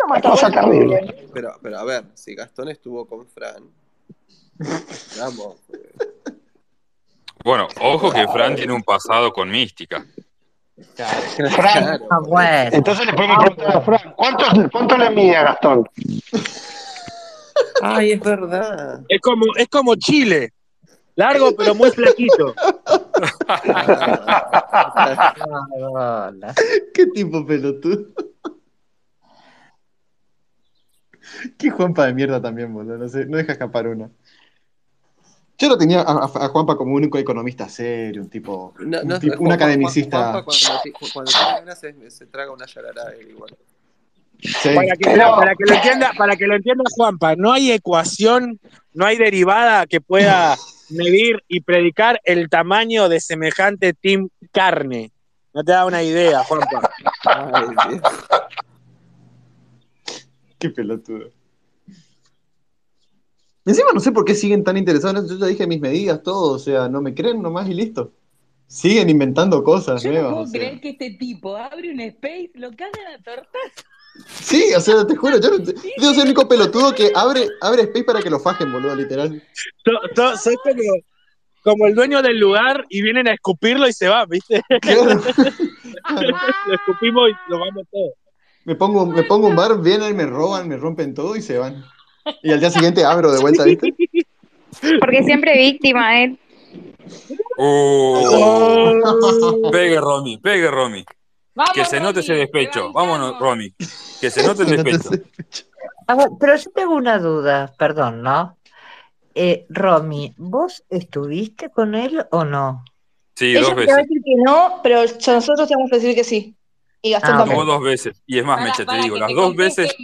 Speaker 1: Una cosa terrible.
Speaker 11: Pero, pero a ver, si Gastón estuvo con Fran, vamos.
Speaker 6: Bueno, ojo que Fran tiene un pasado con mística.
Speaker 1: Fran,
Speaker 11: Claro,
Speaker 1: entonces le podemos preguntar a Fran, ¿cuánto, cuánto le mide a Gastón?
Speaker 11: Ay, es verdad.
Speaker 2: Es como, es como Chile. Largo pero muy flaquito.
Speaker 3: ¿Qué tipo pelotudo? Qué Juanpa de mierda también, boludo. No, sé, no deja escapar una. Yo lo tenía a, a- a Juanpa como un economista serio, un tipo,
Speaker 11: No,
Speaker 3: un,
Speaker 11: no,
Speaker 3: tipo- un
Speaker 11: Juanpa-
Speaker 3: academicista.
Speaker 11: Juanpa cuando, ti- cuando tiene una se, se traga una yarará él igual.
Speaker 3: Sí.
Speaker 2: Para que,
Speaker 11: Pero-
Speaker 2: para que lo entienda, para que lo entienda Juanpa, no hay ecuación, no hay derivada que pueda medir y predicar el tamaño de semejante team carne. No te da una idea, Juanpa.
Speaker 3: Qué pelotudo. Encima no sé por qué siguen tan interesados. Yo ya dije mis medidas, todo. O sea, no me creen nomás y listo. Siguen inventando cosas
Speaker 5: Yo no
Speaker 3: nuevas.
Speaker 5: puedo
Speaker 3: o sea.
Speaker 5: creer que este tipo abre un space, lo cagan a tortas.
Speaker 3: Sí, o sea, te juro, yo, no- yo soy el único pelotudo que abre, abre space para que lo fajen, boludo, literal.
Speaker 2: So- so- Sos como, como el dueño del lugar y vienen a escupirlo y se va, ¿viste? lo escupimos y lo vamos todo.
Speaker 3: Me pongo, me pongo un bar, vienen, me roban, me rompen todo y se van. Y al día siguiente abro de vuelta, ¿viste?
Speaker 9: Porque siempre víctima, ¿eh?
Speaker 6: Uh, pegue, Romy, pegue, Romy. que se note ese despecho. Vámonos, Romy. Que se note el despecho.
Speaker 12: A ver, Ah, pero yo tengo una duda, perdón, ¿no? Eh, Romy, ¿vos estuviste con él o no?
Speaker 6: Sí,
Speaker 7: Ella
Speaker 6: dos
Speaker 7: te va a
Speaker 6: veces.
Speaker 7: decir que no, pero nosotros te vamos a decir que sí. Y Gastón
Speaker 12: Ah,
Speaker 7: también.
Speaker 6: No, dos veces. Y es más,
Speaker 5: Para-
Speaker 6: Mecha, te
Speaker 5: para
Speaker 6: digo,
Speaker 5: que
Speaker 6: las
Speaker 5: te
Speaker 6: dos
Speaker 5: conteste-
Speaker 6: veces.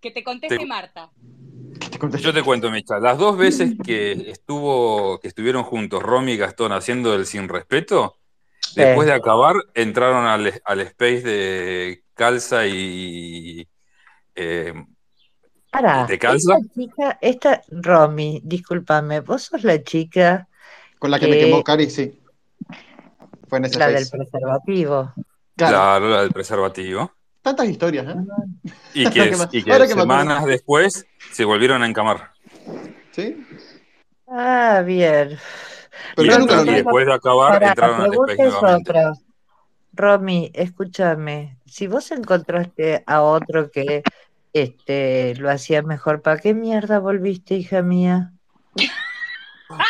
Speaker 5: Que te conteste
Speaker 6: Te-
Speaker 5: Marta.
Speaker 6: Yo te cuento, Mecha, las dos veces que estuvo, que estuvieron juntos Romy y Gastón haciendo el sin respeto, después de acabar, entraron al, al space de Calza y eh,
Speaker 12: Pará,
Speaker 6: de Calza.
Speaker 12: esta chica, esta Romy, discúlpame, vos sos la chica
Speaker 3: Con la que
Speaker 12: Eh,
Speaker 3: me quemó Cari, sí. Fue en ese
Speaker 12: la del
Speaker 3: space.
Speaker 12: preservativo.
Speaker 6: Claro, la del preservativo.
Speaker 3: Tantas historias, ¿eh?
Speaker 6: Y
Speaker 3: Ahora
Speaker 6: que,
Speaker 3: que me-
Speaker 6: y que
Speaker 3: ahora que me acuerdo.
Speaker 6: semanas después se volvieron a encamar.
Speaker 3: ¿Sí?
Speaker 12: Ah, bien.
Speaker 6: Y,
Speaker 12: Romy,
Speaker 6: entra- y
Speaker 12: pero-
Speaker 6: después de acabar
Speaker 12: pará,
Speaker 6: entraron
Speaker 12: la
Speaker 6: al
Speaker 12: pregunta
Speaker 6: space
Speaker 12: es
Speaker 6: nuevamente.
Speaker 12: otra. Romy, escúchame, si vos encontraste a otro que este, lo hacía mejor, ¿para qué mierda volviste, hija mía?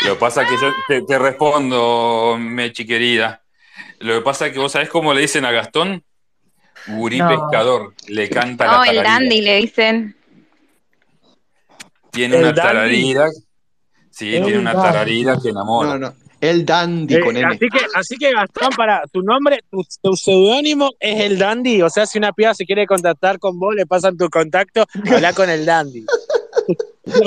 Speaker 6: Lo que pasa es que yo te, te respondo, Mechi querida. Lo que pasa es que vos sabés cómo le dicen a Gastón, gurí
Speaker 9: No.
Speaker 6: pescador, le canta la
Speaker 9: No, el
Speaker 6: tararira.
Speaker 9: dandy le dicen.
Speaker 6: Tiene
Speaker 2: ¿El
Speaker 6: una
Speaker 2: dandy?
Speaker 6: tararira, sí,
Speaker 2: El
Speaker 6: tiene una
Speaker 2: dandy.
Speaker 6: tararira que enamora.
Speaker 3: No, no. El dandy
Speaker 2: Eh,
Speaker 3: con N.
Speaker 2: así que, así que Gastón, para tu nombre, tu, tu seudónimo es el Dandy. O sea, si una piba se quiere contactar con vos, le pasan tu contacto, habla con el Dandy.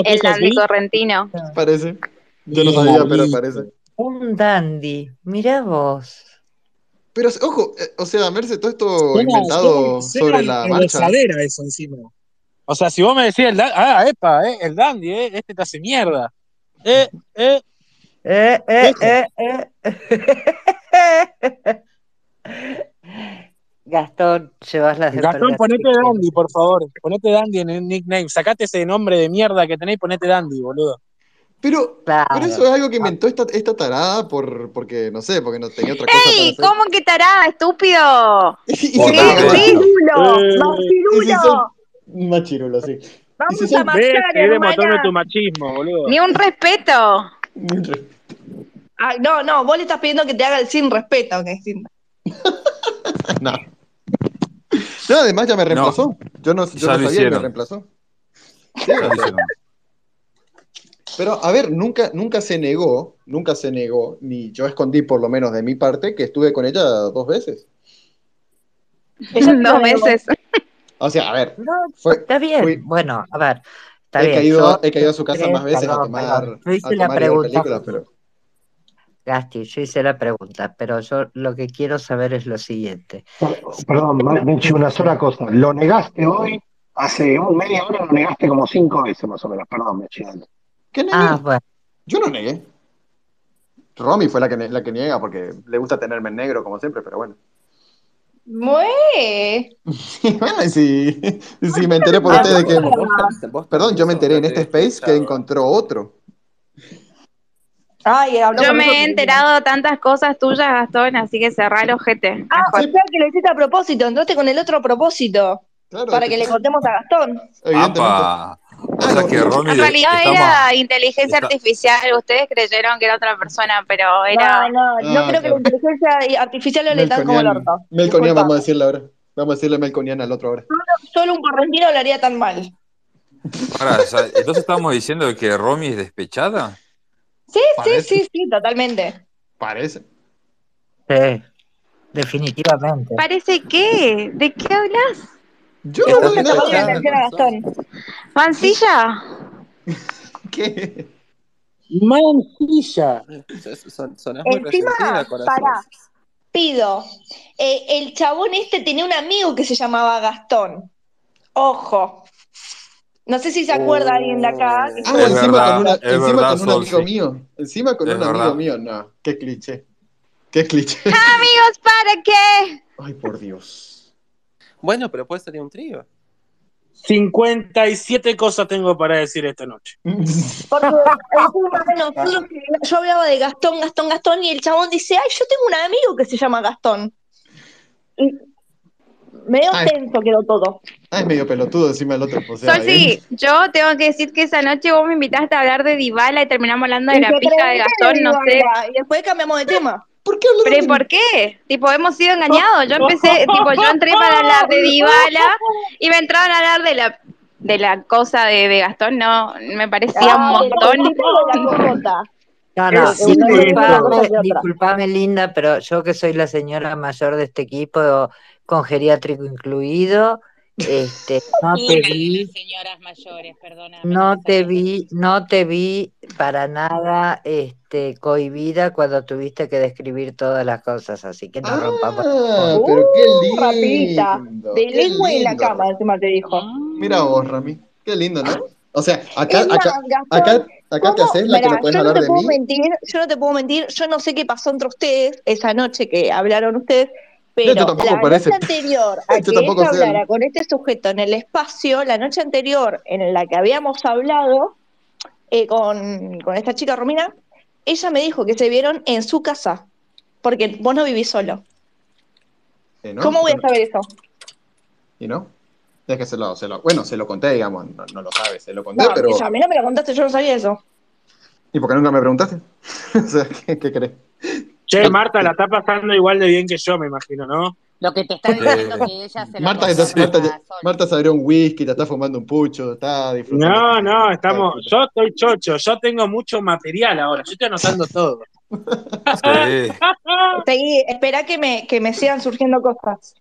Speaker 9: El dandy correntino.
Speaker 3: Parece. Yo no sabía, pero parece.
Speaker 12: Un dandy, mirá vos.
Speaker 3: Pero, ojo, eh, o sea, Merce, todo esto
Speaker 2: Suena-
Speaker 3: inventado
Speaker 2: suena-
Speaker 3: sobre
Speaker 2: suena
Speaker 3: la
Speaker 2: de
Speaker 3: marcha.
Speaker 2: gozadera eso encima. O sea, si vos me decís el dandy, ah, epa, eh, el dandy, eh, este te hace mierda. Eh, eh.
Speaker 12: Eh, eh, eh, eh. Gastón, llevas las de
Speaker 2: Gastón,
Speaker 12: perder.
Speaker 2: ponete dandy, por favor. Ponete dandy en el nickname. Sacate ese nombre de mierda que tenés y ponete dandy, boludo.
Speaker 3: Pero,
Speaker 12: Claro.
Speaker 3: pero eso es algo que inventó esta, esta tarada por, porque, no sé, porque no tenía otra cosa para
Speaker 9: ¡Ey!
Speaker 3: hacer.
Speaker 9: ¿Cómo que tarada, estúpido?
Speaker 3: Y si
Speaker 9: Por
Speaker 3: son-
Speaker 9: la
Speaker 3: eh,
Speaker 9: vez. Machirulo,
Speaker 3: eh,
Speaker 9: machirulo.
Speaker 3: y si son- Machirulo, sí.
Speaker 9: Vamos
Speaker 3: si son-
Speaker 9: a marchar,
Speaker 2: Ves, seguí demostrando
Speaker 9: hermana.
Speaker 2: tu machismo, boludo.
Speaker 9: Ni un respeto.
Speaker 7: Ah, no, no, vos le estás pidiendo que te haga el sin respeto. que sin-
Speaker 3: No. No, además ya me reemplazó. Yo no,
Speaker 6: Ya
Speaker 3: yo
Speaker 6: lo
Speaker 3: no sabía y me
Speaker 6: hicieron.
Speaker 3: reemplazó. Sí, o sea. Pero, a ver, nunca, nunca se negó, nunca se negó, ni yo escondí por lo menos de mi parte, que estuve con ella dos veces.
Speaker 9: Dos veces.
Speaker 3: O sea, a ver,
Speaker 12: No,
Speaker 3: fue-
Speaker 12: está bien.
Speaker 3: fui-
Speaker 12: Bueno, a ver. Está
Speaker 3: he,
Speaker 12: bien.
Speaker 3: caído,
Speaker 12: yo-
Speaker 3: he caído a su casa
Speaker 12: perdón,
Speaker 3: más veces a
Speaker 12: perdón,
Speaker 3: tomar,
Speaker 12: perdón. Yo
Speaker 3: a
Speaker 12: hice la
Speaker 3: tomar y ver
Speaker 12: pregunta.
Speaker 3: películas, pero...
Speaker 12: Gasti, yo hice la pregunta, pero yo lo que quiero saber es lo siguiente.
Speaker 1: Perdón, Michi, una sola cosa. Lo negaste hoy, hace un media hora lo negaste como cinco veces más o menos. Perdón, Michi. dale.
Speaker 3: ¿Qué negué?
Speaker 12: Ah, bueno.
Speaker 3: Yo no negué. Romy fue la que, ne- la que niega porque le gusta tenerme en negro, como siempre, pero bueno.
Speaker 7: Mue.
Speaker 3: bueno, y si, y si me enteré por
Speaker 7: Ah,
Speaker 3: ustedes que...
Speaker 7: bueno.
Speaker 3: Perdón, yo me enteré en
Speaker 11: sos
Speaker 3: este space que
Speaker 11: desdichado.
Speaker 3: encontró otro.
Speaker 7: Ay, hablamos
Speaker 9: Yo me he
Speaker 7: nosotros.
Speaker 9: enterado tantas cosas tuyas, Gastón, así que cerrar el ojete.
Speaker 7: Ah, o
Speaker 9: Mejor.
Speaker 7: sea que lo hiciste a propósito, entraste con el otro a propósito.
Speaker 3: Claro,
Speaker 7: para que le contemos a Gastón.
Speaker 3: Ah,
Speaker 6: ¡Apa! O sea que Romy
Speaker 9: En
Speaker 6: de-
Speaker 9: realidad
Speaker 6: estamos-
Speaker 9: era inteligencia
Speaker 6: está-
Speaker 9: artificial, ustedes creyeron que era otra persona, pero
Speaker 7: No,
Speaker 9: era...
Speaker 7: no, yo
Speaker 3: Ah,
Speaker 7: creo que
Speaker 3: claro.
Speaker 7: la inteligencia artificial lo le dan como el
Speaker 3: Melconian,
Speaker 7: orto.
Speaker 3: Melconian,
Speaker 7: Disculpa.
Speaker 3: vamos a decirle ahora. Vamos a decirle Melconian al otro ahora.
Speaker 7: Solo un correntino lo haría tan mal.
Speaker 6: Pará, o sea, entonces estamos diciendo que Romy es despechada.
Speaker 7: Sí, sí,
Speaker 3: Parece.
Speaker 7: sí, sí, totalmente.
Speaker 3: Parece.
Speaker 12: Sí, definitivamente.
Speaker 9: ¿Parece qué? ¿De qué hablas?
Speaker 3: Yo
Speaker 6: Está
Speaker 3: no doy
Speaker 7: Vamos a
Speaker 3: nada.
Speaker 7: atención a Gastón.
Speaker 9: ¿Mancilla?
Speaker 3: ¿Qué?
Speaker 2: Mancilla.
Speaker 11: Son- son- Sonás muy
Speaker 7: Encima,
Speaker 11: resentida, corazón.
Speaker 7: pará, pido. Eh, el chabón este tenía un amigo que se llamaba Gastón. Ojo. No sé si se acuerda alguien de acá. que
Speaker 3: Ah,
Speaker 7: tuvo-
Speaker 6: Es
Speaker 3: encima
Speaker 6: verdad,
Speaker 3: con, una-
Speaker 6: es
Speaker 3: encima
Speaker 6: verdad,
Speaker 3: con un amigo
Speaker 6: Solsi.
Speaker 3: mío. Encima con
Speaker 6: Es
Speaker 3: un amigo
Speaker 6: verdad.
Speaker 3: mío. No, qué cliché. Qué cliché.
Speaker 9: Amigos, ¿para qué?
Speaker 3: Ay, por Dios.
Speaker 11: Bueno, pero puede salir un trío.
Speaker 2: 57 cosas tengo para decir esta noche.
Speaker 7: Porque encima nosotros, yo hablaba de Gastón, Gastón, Gastón, y el chabón dice, ay, yo tengo un amigo que se llama Gastón. Y medio
Speaker 3: Ay.
Speaker 7: tenso quedó todo.
Speaker 3: Ah, es medio pelotudo encima del otro. O sea,
Speaker 9: Solsi,
Speaker 3: ¿eh?
Speaker 9: yo tengo que decir que esa noche vos me invitaste a hablar de Dybala y terminamos hablando de
Speaker 7: Y
Speaker 9: la
Speaker 7: te
Speaker 9: pija de
Speaker 7: pregunté
Speaker 9: Gastón, no sé.
Speaker 7: Dybala, Y después cambiamos de tema.
Speaker 3: ¿Por qué hablaron
Speaker 9: ¿Pero
Speaker 3: de
Speaker 9: ¿y por qué? Tipo, hemos sido engañados. Yo empecé, tipo, yo entré para hablar de Dybala y me entraron a hablar de la de la cosa de, de Gastón, no, me parecía un
Speaker 7: Ah, de la
Speaker 9: montón.
Speaker 7: cosita o de la cosota.
Speaker 12: No, no,
Speaker 2: Es un
Speaker 12: disculpame,
Speaker 7: delito.
Speaker 12: disculpame, linda, pero yo que soy la señora mayor de este equipo, con geriátrico incluido, este, no
Speaker 5: Una
Speaker 12: te
Speaker 5: de
Speaker 12: vi,
Speaker 5: las señoras mayores, perdóname.
Speaker 12: no
Speaker 5: sabía
Speaker 12: te
Speaker 5: que-
Speaker 12: vi, no te vi para nada, este, cohibida cuando tuviste que describir todas las cosas, así que no rompamos.
Speaker 3: Ah, pero qué
Speaker 7: Uh, rapidita.
Speaker 3: lindo.
Speaker 7: De
Speaker 3: qué
Speaker 7: lengua en la
Speaker 3: lindo,
Speaker 7: cama, encima te dijo.
Speaker 3: Mira vos, Rami. Qué lindo, ¿no? O sea, acá,
Speaker 7: Es más,
Speaker 3: acá,
Speaker 7: Gastón,
Speaker 3: acá, acá te
Speaker 7: ¿cómo?
Speaker 3: haces la que
Speaker 7: Mirá,
Speaker 3: no puedes
Speaker 7: yo no
Speaker 3: hablar
Speaker 7: te
Speaker 3: de
Speaker 7: puedo
Speaker 3: mí.
Speaker 7: mentir, yo no te puedo mentir, yo no sé qué pasó entre ustedes esa noche que hablaron ustedes,
Speaker 3: No, yo
Speaker 7: pero
Speaker 3: tampoco
Speaker 7: la
Speaker 3: parece.
Speaker 7: noche anterior a
Speaker 3: Yo
Speaker 7: que
Speaker 3: tampoco
Speaker 7: ella
Speaker 3: sé.
Speaker 7: hablara con este sujeto en el espacio, la noche anterior en la que habíamos hablado eh, con, con esta chica Romina, ella me dijo que se vieron en su casa, porque vos no vivís solo.
Speaker 3: Eh, ¿no?
Speaker 7: ¿Cómo voy
Speaker 3: Yo
Speaker 7: a
Speaker 3: no-
Speaker 7: saber eso?
Speaker 3: ¿Y no? Es que se lo, se lo- bueno, se lo conté, digamos, no, no lo sabes, se lo conté,
Speaker 7: No,
Speaker 3: pero...
Speaker 7: ella a mí no me lo contaste, yo no sabía eso.
Speaker 3: ¿Y por qué nunca me preguntaste? o sea, ¿qué, qué crees?
Speaker 2: Che, Marta, la está pasando igual de bien que yo, me imagino, ¿no?
Speaker 5: Lo que te está diciendo
Speaker 6: Eh,
Speaker 5: que ella se la
Speaker 3: Marta,
Speaker 5: contó
Speaker 3: está- Marta,
Speaker 5: a Sol.
Speaker 3: Marta se abrió un whisky, te está fumando un pucho, está disfrutando.
Speaker 2: No,
Speaker 3: Está-
Speaker 2: no,
Speaker 3: está
Speaker 2: estamos.
Speaker 3: disfrutando.
Speaker 2: Yo estoy chocho, yo tengo mucho material ahora, yo estoy anotando todo.
Speaker 6: sí.
Speaker 7: Seguí, espera que me, que me sigan surgiendo cosas.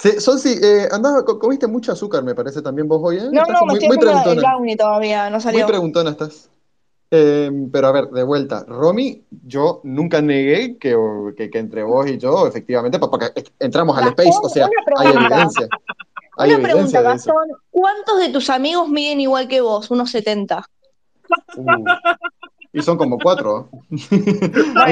Speaker 3: Sí, Solsi, eh, andás- co- comiste mucho azúcar, me parece también vos hoy, ¿eh?
Speaker 7: No,
Speaker 3: Estás
Speaker 7: no, me
Speaker 3: muy,
Speaker 7: estoy
Speaker 3: muy
Speaker 7: haciendo el
Speaker 3: preguntona.
Speaker 7: brownie todavía, no
Speaker 3: Muy
Speaker 7: salió.
Speaker 3: preguntona estás. Eh, pero a ver, de vuelta, Romy, yo nunca negué que, que- que entre vos y yo, efectivamente, pa- porque entramos al
Speaker 7: Gastón,
Speaker 3: space, o sea,
Speaker 7: una
Speaker 3: hay
Speaker 7: pregunta.
Speaker 3: evidencia. Hay
Speaker 7: Una
Speaker 3: evidencia
Speaker 7: pregunta,
Speaker 3: de eso.
Speaker 7: Gastón. ¿Cuántos de tus amigos miden igual que vos? Unos 70.
Speaker 3: Uh, y son como cuatro.
Speaker 7: Bueno,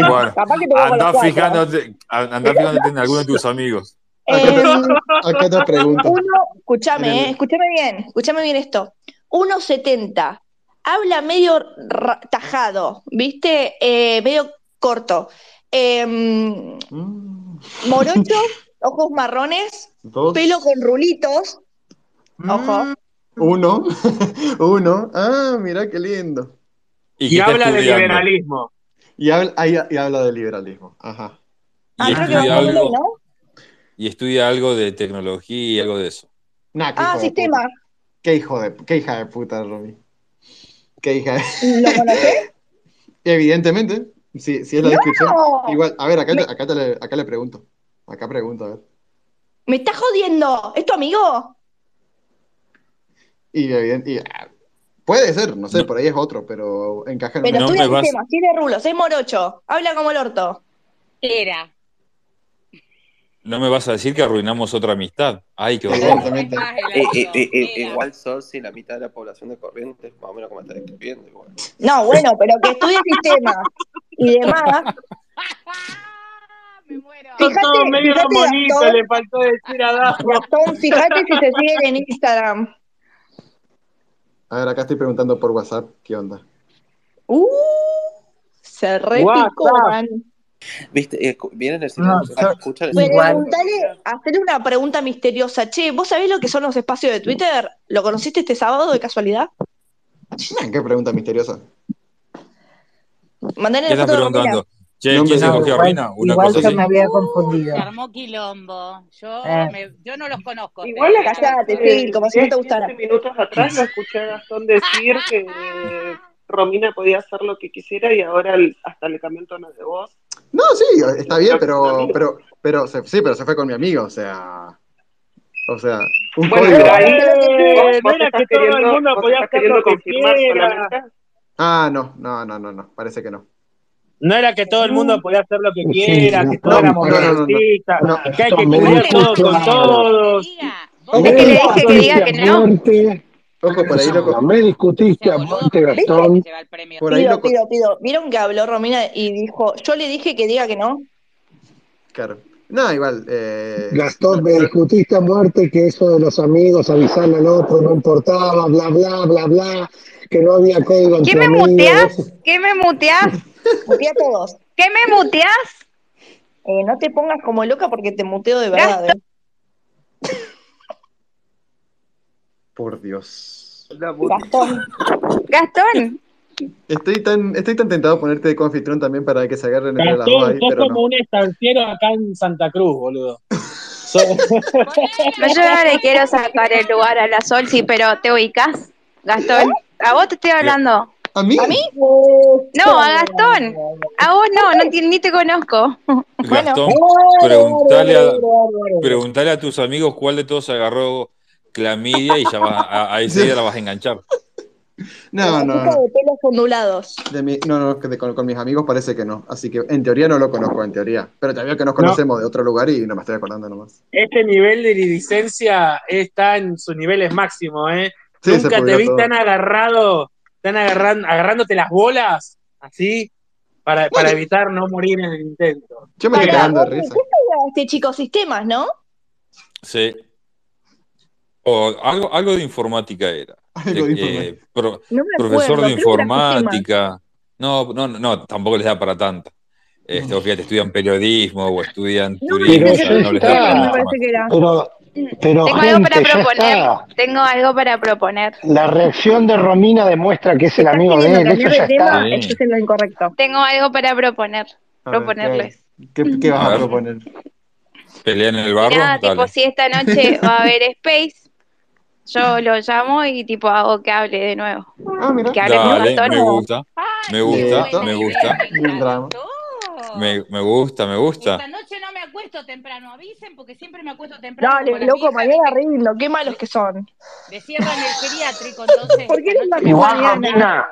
Speaker 6: Bueno,
Speaker 7: capaz que te veo con los
Speaker 6: andá
Speaker 7: cuatro.
Speaker 6: fijándote, andá fijándote en alguno de tus amigos.
Speaker 3: ¿eh? Acá te-
Speaker 7: Em,
Speaker 9: Eh,
Speaker 3: acá te pregunto.
Speaker 7: Uno,
Speaker 3: En
Speaker 7: escúchame,
Speaker 3: el-
Speaker 7: eh, escúchame bien, escúchame bien esto. 1.70, habla medio ra- tajado, ¿viste? Eh, medio corto. Em, morocho, ojos marrones,
Speaker 3: Mm. Dos. Mm.
Speaker 7: pelo con rulitos.
Speaker 3: Uh.
Speaker 7: Ojo.
Speaker 3: Uno, uno. Ah, mirá qué lindo.
Speaker 6: Y, que está estudiando.
Speaker 3: Y habla, ahí- y habla de liberalismo. Ajá.
Speaker 7: Ah,
Speaker 6: Y estudia algo, y estudia algo de tecnología y algo de eso.
Speaker 3: Nah, qué
Speaker 7: Ah,
Speaker 3: hijo de
Speaker 7: sistema.
Speaker 3: puta. Qué hijo de, qué hija de puta, Romy. Qué hija de...
Speaker 7: ¿Lo conocés?
Speaker 3: Evidentemente, si, si es la
Speaker 7: ¡No!
Speaker 3: descripción. Igual, a ver, acá,
Speaker 7: Me-
Speaker 3: te- acá, te le, acá le pregunto. Acá pregunto, a ver.
Speaker 7: Me estás jodiendo. ¿Es tu amigo?
Speaker 3: Y, eviden- y, ah, puede ser, no sé, por ahí es otro, pero encaja en
Speaker 7: Pero
Speaker 3: una-
Speaker 7: estudia sistema, tiene rulos, es morocho, habla como el orto.
Speaker 5: Era.
Speaker 6: No me vas a decir que arruinamos otra amistad. Ay, qué horror.
Speaker 11: Exactamente. Eh, eh, eh, eh, igual Sorsi, la mitad de la población de Corrientes, más o menos como está describiendo. Igual.
Speaker 7: No, bueno, pero que estudie sistema y demás.
Speaker 2: Son
Speaker 7: Fíjate,
Speaker 2: todos medio
Speaker 7: fíjate,
Speaker 2: monitos,
Speaker 7: Gastón.
Speaker 2: le faltó decir a Dajo.
Speaker 7: Gastón, fíjate si se siguen en Instagram.
Speaker 3: A ver, acá estoy preguntando por WhatsApp, ¿qué onda?
Speaker 7: Uh, se repicoran.
Speaker 11: ¿Viste? Eh, escu- vienen el silencio.
Speaker 3: No,
Speaker 11: Ah,
Speaker 3: yo-
Speaker 11: escuchan el silencio.
Speaker 7: Preguntale, hacerle una pregunta misteriosa. Che, ¿vos sabés lo que son los espacios de Twitter? ¿Lo conociste este sábado de casualidad?
Speaker 3: Ah, Qué pregunta misteriosa.
Speaker 7: Mandale
Speaker 6: ¿Qué
Speaker 7: la
Speaker 6: estás
Speaker 7: foto de Romina.
Speaker 6: preguntando? Che,
Speaker 3: No,
Speaker 6: ¿quién se
Speaker 3: hombre,
Speaker 6: cogió a
Speaker 3: igual-
Speaker 6: Romina? Una
Speaker 12: igual
Speaker 6: cosa
Speaker 12: yo
Speaker 6: así.
Speaker 12: me había confundido.
Speaker 5: Uh, Se armó quilombo. Yo,
Speaker 12: Eh.
Speaker 5: me- yo no los conozco.
Speaker 13: Igual
Speaker 5: pero-
Speaker 7: Callate, Phil, como si no te gustara.
Speaker 13: 15 minutos atrás lo escuché a Gastón decir que eh, Romina podía hacer lo que quisiera y ahora el- hasta le cambió el tono de voz.
Speaker 3: No, sí, está bien, pero, pero, pero se- sí, pero se fue con mi amigo, o sea. O sea, un
Speaker 13: Bueno,
Speaker 3: código.
Speaker 13: pero ahí
Speaker 2: Eh, no
Speaker 13: vos
Speaker 2: era
Speaker 13: estás
Speaker 2: que todo el
Speaker 13: queriendo-
Speaker 2: mundo
Speaker 13: vos
Speaker 2: podía
Speaker 13: estás
Speaker 2: hacer
Speaker 13: queriendo
Speaker 2: lo que
Speaker 13: confirmar
Speaker 2: quiera.
Speaker 13: solamente.
Speaker 3: Ah, no, no, no, no, no, parece que no.
Speaker 2: No era que todo el mundo podía hacer lo que
Speaker 3: Sí,
Speaker 2: quiera, que todos
Speaker 3: Gastón,
Speaker 2: éramos
Speaker 3: no, no, no, no.
Speaker 2: racistas,
Speaker 3: No,
Speaker 2: que hay que
Speaker 3: Gastón, me
Speaker 2: culiar
Speaker 3: dijo
Speaker 2: todo
Speaker 3: claro.
Speaker 2: con todos.
Speaker 12: Viste que le dije que diga que no.
Speaker 3: Ojo, por ahí, loco.
Speaker 1: Me discutiste a muerte, Gastón.
Speaker 3: Por ahí
Speaker 7: Pido,
Speaker 3: lo.
Speaker 7: pido, pido. ¿Vieron que habló Romina y dijo, yo le dije que diga que no?
Speaker 3: Claro. No, igual. eh,
Speaker 1: Gastón, me discutiste a muerte que eso de los amigos, avisarle al otro, no importaba, bla, bla, bla, bla, que no había código
Speaker 9: ¿Qué
Speaker 1: entre
Speaker 9: me muteás?
Speaker 1: amigos.
Speaker 9: ¿Qué me muteás?
Speaker 7: Mutea a todos.
Speaker 9: ¿Qué me muteás?
Speaker 7: Eh, no te pongas como loca porque te muteo de verdad. eh.
Speaker 3: Por Dios.
Speaker 7: Gastón.
Speaker 9: Gastón.
Speaker 3: Estoy tan, estoy tan tentado a ponerte de confitrón también para que se agarren entre las dos
Speaker 2: Gastón,
Speaker 3: ahí,
Speaker 2: sos
Speaker 3: pero
Speaker 2: como
Speaker 3: no.
Speaker 2: un estanciero acá en Santa Cruz, boludo. So-
Speaker 9: No, yo no le quiero sacar el lugar a la Sol, sí, pero te ubicás, Gastón. A vos te estoy hablando.
Speaker 3: ¿A mí?
Speaker 7: ¿A mí?
Speaker 9: No, a Gastón. A vos no, no ti- ni te conozco.
Speaker 6: Gastón, preguntale a, preguntale a tus amigos cuál de todos agarró clamidia y ya vas, a, a ese día la vas a enganchar.
Speaker 3: No, no,
Speaker 7: Chica
Speaker 3: no.
Speaker 7: de pelos ondulados.
Speaker 3: De mi- no, no, que de- con, con mis amigos parece que no. Así que en teoría no lo conozco, en teoría. Pero te veo que nos conocemos de otro lugar y no me estoy acordando nomás.
Speaker 2: Este nivel de licencia está en sus niveles máximos, ¿eh?
Speaker 3: Sí, se
Speaker 2: Nunca te
Speaker 3: pudrió
Speaker 2: vi
Speaker 3: todo.
Speaker 2: tan agarrado, tan agarran, agarrándote las bolas, así, para, para evitar no morir en el intento.
Speaker 3: Yo
Speaker 7: Pará,
Speaker 2: de
Speaker 7: Romy, ¿Qué sabía este chico sistemas, no?
Speaker 6: Sí. O algo, algo de informática era.
Speaker 3: de
Speaker 6: Eh,
Speaker 3: informática.
Speaker 6: eh, pro-
Speaker 7: No me
Speaker 6: profesor de
Speaker 7: acuerdo, creo que era
Speaker 6: informática. No, no, no, tampoco les da para tanto. Este, o fíjate, estudian periodismo o estudian turismo,
Speaker 1: Pero
Speaker 6: ya
Speaker 1: ya
Speaker 6: no les da para
Speaker 1: está.
Speaker 9: Me parece que era.
Speaker 1: Pero, pero
Speaker 9: Tengo algo
Speaker 1: gente,
Speaker 9: para
Speaker 1: ya
Speaker 9: proponer.
Speaker 1: está.
Speaker 9: Tengo algo para proponer.
Speaker 1: La reacción de Romina demuestra que es el amigo
Speaker 7: queriendo
Speaker 1: de él, eso
Speaker 7: cambiar
Speaker 1: ya
Speaker 7: de tema,
Speaker 1: está.
Speaker 7: esto es lo incorrecto.
Speaker 9: Tengo algo para proponer.
Speaker 3: A ver,
Speaker 9: Proponerles.
Speaker 3: ¿Qué, qué- qué vas
Speaker 6: A
Speaker 3: a
Speaker 6: ver.
Speaker 3: proponer?
Speaker 6: Pelea en el barro,
Speaker 9: Nada, tipo,
Speaker 6: dale.
Speaker 9: si esta noche va a haber Space, yo lo llamo y tipo hago que hable de nuevo.
Speaker 3: Ah,
Speaker 9: Que hable con
Speaker 6: Dale,
Speaker 9: Gastón.
Speaker 6: me gusta. Me gusta,
Speaker 3: Listo.
Speaker 6: me gusta.
Speaker 3: Ni un drama.
Speaker 6: Me, me gusta, me gusta.
Speaker 5: acuesto temprano, avisen porque siempre me acuesto temprano. como
Speaker 7: Dale,
Speaker 5: las
Speaker 7: loco,
Speaker 5: viejas.
Speaker 7: mañana arreglo, qué malos que son.
Speaker 5: Me cierran el geriátrico, entonces.
Speaker 7: ¿Por qué no la
Speaker 1: Igual, Romina,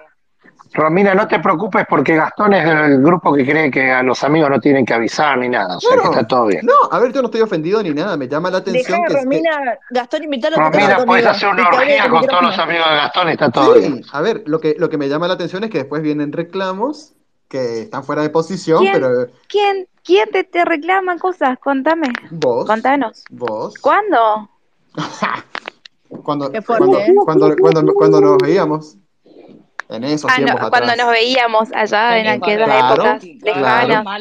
Speaker 1: Romina, no te preocupes porque Gastón es del grupo que cree que a los amigos no tienen que avisar ni nada. O sea, que está todo bien.
Speaker 3: No, a ver, yo no estoy ofendido ni nada, me llama la
Speaker 7: Dejá
Speaker 3: atención
Speaker 7: a
Speaker 3: que, que-
Speaker 7: Romina, Gastón, invítalo a
Speaker 1: Romina,
Speaker 7: conmigo.
Speaker 1: puedes hacer
Speaker 7: y
Speaker 1: una
Speaker 7: que hable
Speaker 1: orgía
Speaker 7: del
Speaker 1: con todos los
Speaker 7: micrófono.
Speaker 1: amigos de Gastón, está todo
Speaker 3: Sí,
Speaker 1: bien.
Speaker 3: a ver, lo que, lo que me llama la atención es que después vienen reclamos que están fuera de posición,
Speaker 9: ¿Quién?
Speaker 3: pero eh,
Speaker 9: ¿Quién, quién te, te reclama cosas? Contame.
Speaker 3: vos,
Speaker 9: Contanos.
Speaker 3: vos,
Speaker 9: ¿Cuándo? Ah,
Speaker 3: cuando,
Speaker 9: Qué fuerte,
Speaker 3: cuando,
Speaker 9: ¿eh?
Speaker 3: cuando, cuando, cuando nos veíamos, en esos
Speaker 9: Ah, no,
Speaker 3: tiempos
Speaker 9: cuando
Speaker 3: atrás.
Speaker 9: nos veíamos allá en aquellas
Speaker 3: Claro,
Speaker 9: épocas
Speaker 3: claro.
Speaker 9: lejanas.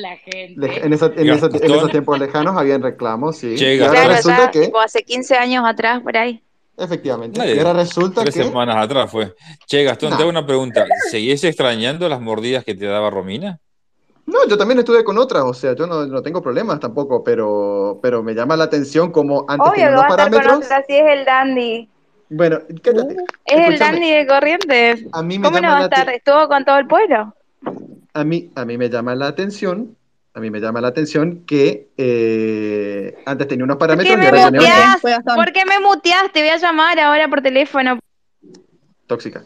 Speaker 3: Lej- en, esa- en esa- en esos tiempos lejanos habían reclamos, sí.
Speaker 6: Che,
Speaker 3: Y ahora
Speaker 9: Claro,
Speaker 3: resulta
Speaker 9: ya
Speaker 3: que,
Speaker 9: tipo hace 15 años atrás, por ahí.
Speaker 3: efectivamente,
Speaker 6: Dale,
Speaker 3: y ahora resulta
Speaker 6: eh, tres
Speaker 3: que,
Speaker 6: semanas atrás fue. Che, Gastón,
Speaker 3: Nah.
Speaker 6: te hago una pregunta. ¿Seguís extrañando las mordidas que te daba Romina?
Speaker 3: no, yo también estuve con otras, o sea, yo no, no tengo problemas tampoco, pero, pero me llama la atención como antes
Speaker 9: Obvio
Speaker 3: tenía
Speaker 9: que
Speaker 3: unos
Speaker 9: va a estar con
Speaker 3: parámetros.
Speaker 9: otra, si es el dandy.
Speaker 3: Bueno, cállate,
Speaker 9: Es el
Speaker 3: escúchame,
Speaker 9: dandy de Corrientes.
Speaker 3: a mí me
Speaker 9: ¿Cómo no
Speaker 3: llama
Speaker 9: va a
Speaker 3: la
Speaker 9: estar?
Speaker 3: atención.
Speaker 9: Estuvo con todo el pueblo.
Speaker 3: A mí, a mí me llama la atención, a mí me llama la atención que eh, antes tenía unos
Speaker 9: ¿Por qué
Speaker 3: parámetros y
Speaker 9: me
Speaker 3: ahora tiene otros.
Speaker 9: muteás? ¿Por qué me muteás? Te voy a llamar ahora por teléfono.
Speaker 3: Tóxica.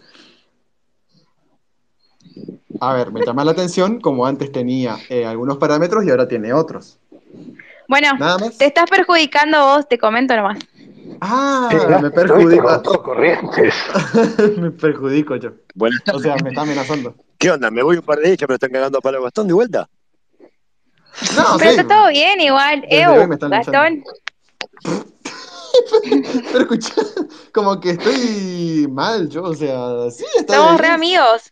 Speaker 3: A ver, me llama la atención como antes tenía eh, algunos parámetros y ahora tiene otros.
Speaker 9: Bueno,
Speaker 3: Nada más.
Speaker 9: te estás perjudicando vos, te comento nomás.
Speaker 3: Ah, me
Speaker 1: Estuviste
Speaker 3: perjudico.
Speaker 1: con todo corrientes.
Speaker 3: me perjudico yo.
Speaker 14: Buenas
Speaker 3: O sea,
Speaker 14: tardes.
Speaker 3: me está amenazando.
Speaker 14: ¿Qué onda? Me voy un par de hechas, pero están cagando a palo Gastón de vuelta.
Speaker 3: No,
Speaker 9: Pero
Speaker 3: sí.
Speaker 9: está todo bien igual.
Speaker 3: Desde hoy
Speaker 9: Eu,
Speaker 3: me están
Speaker 9: Gastón.
Speaker 3: Pero escucha, como que estoy mal yo, o sea, sí, está
Speaker 9: Somos re
Speaker 3: bien.
Speaker 9: amigos.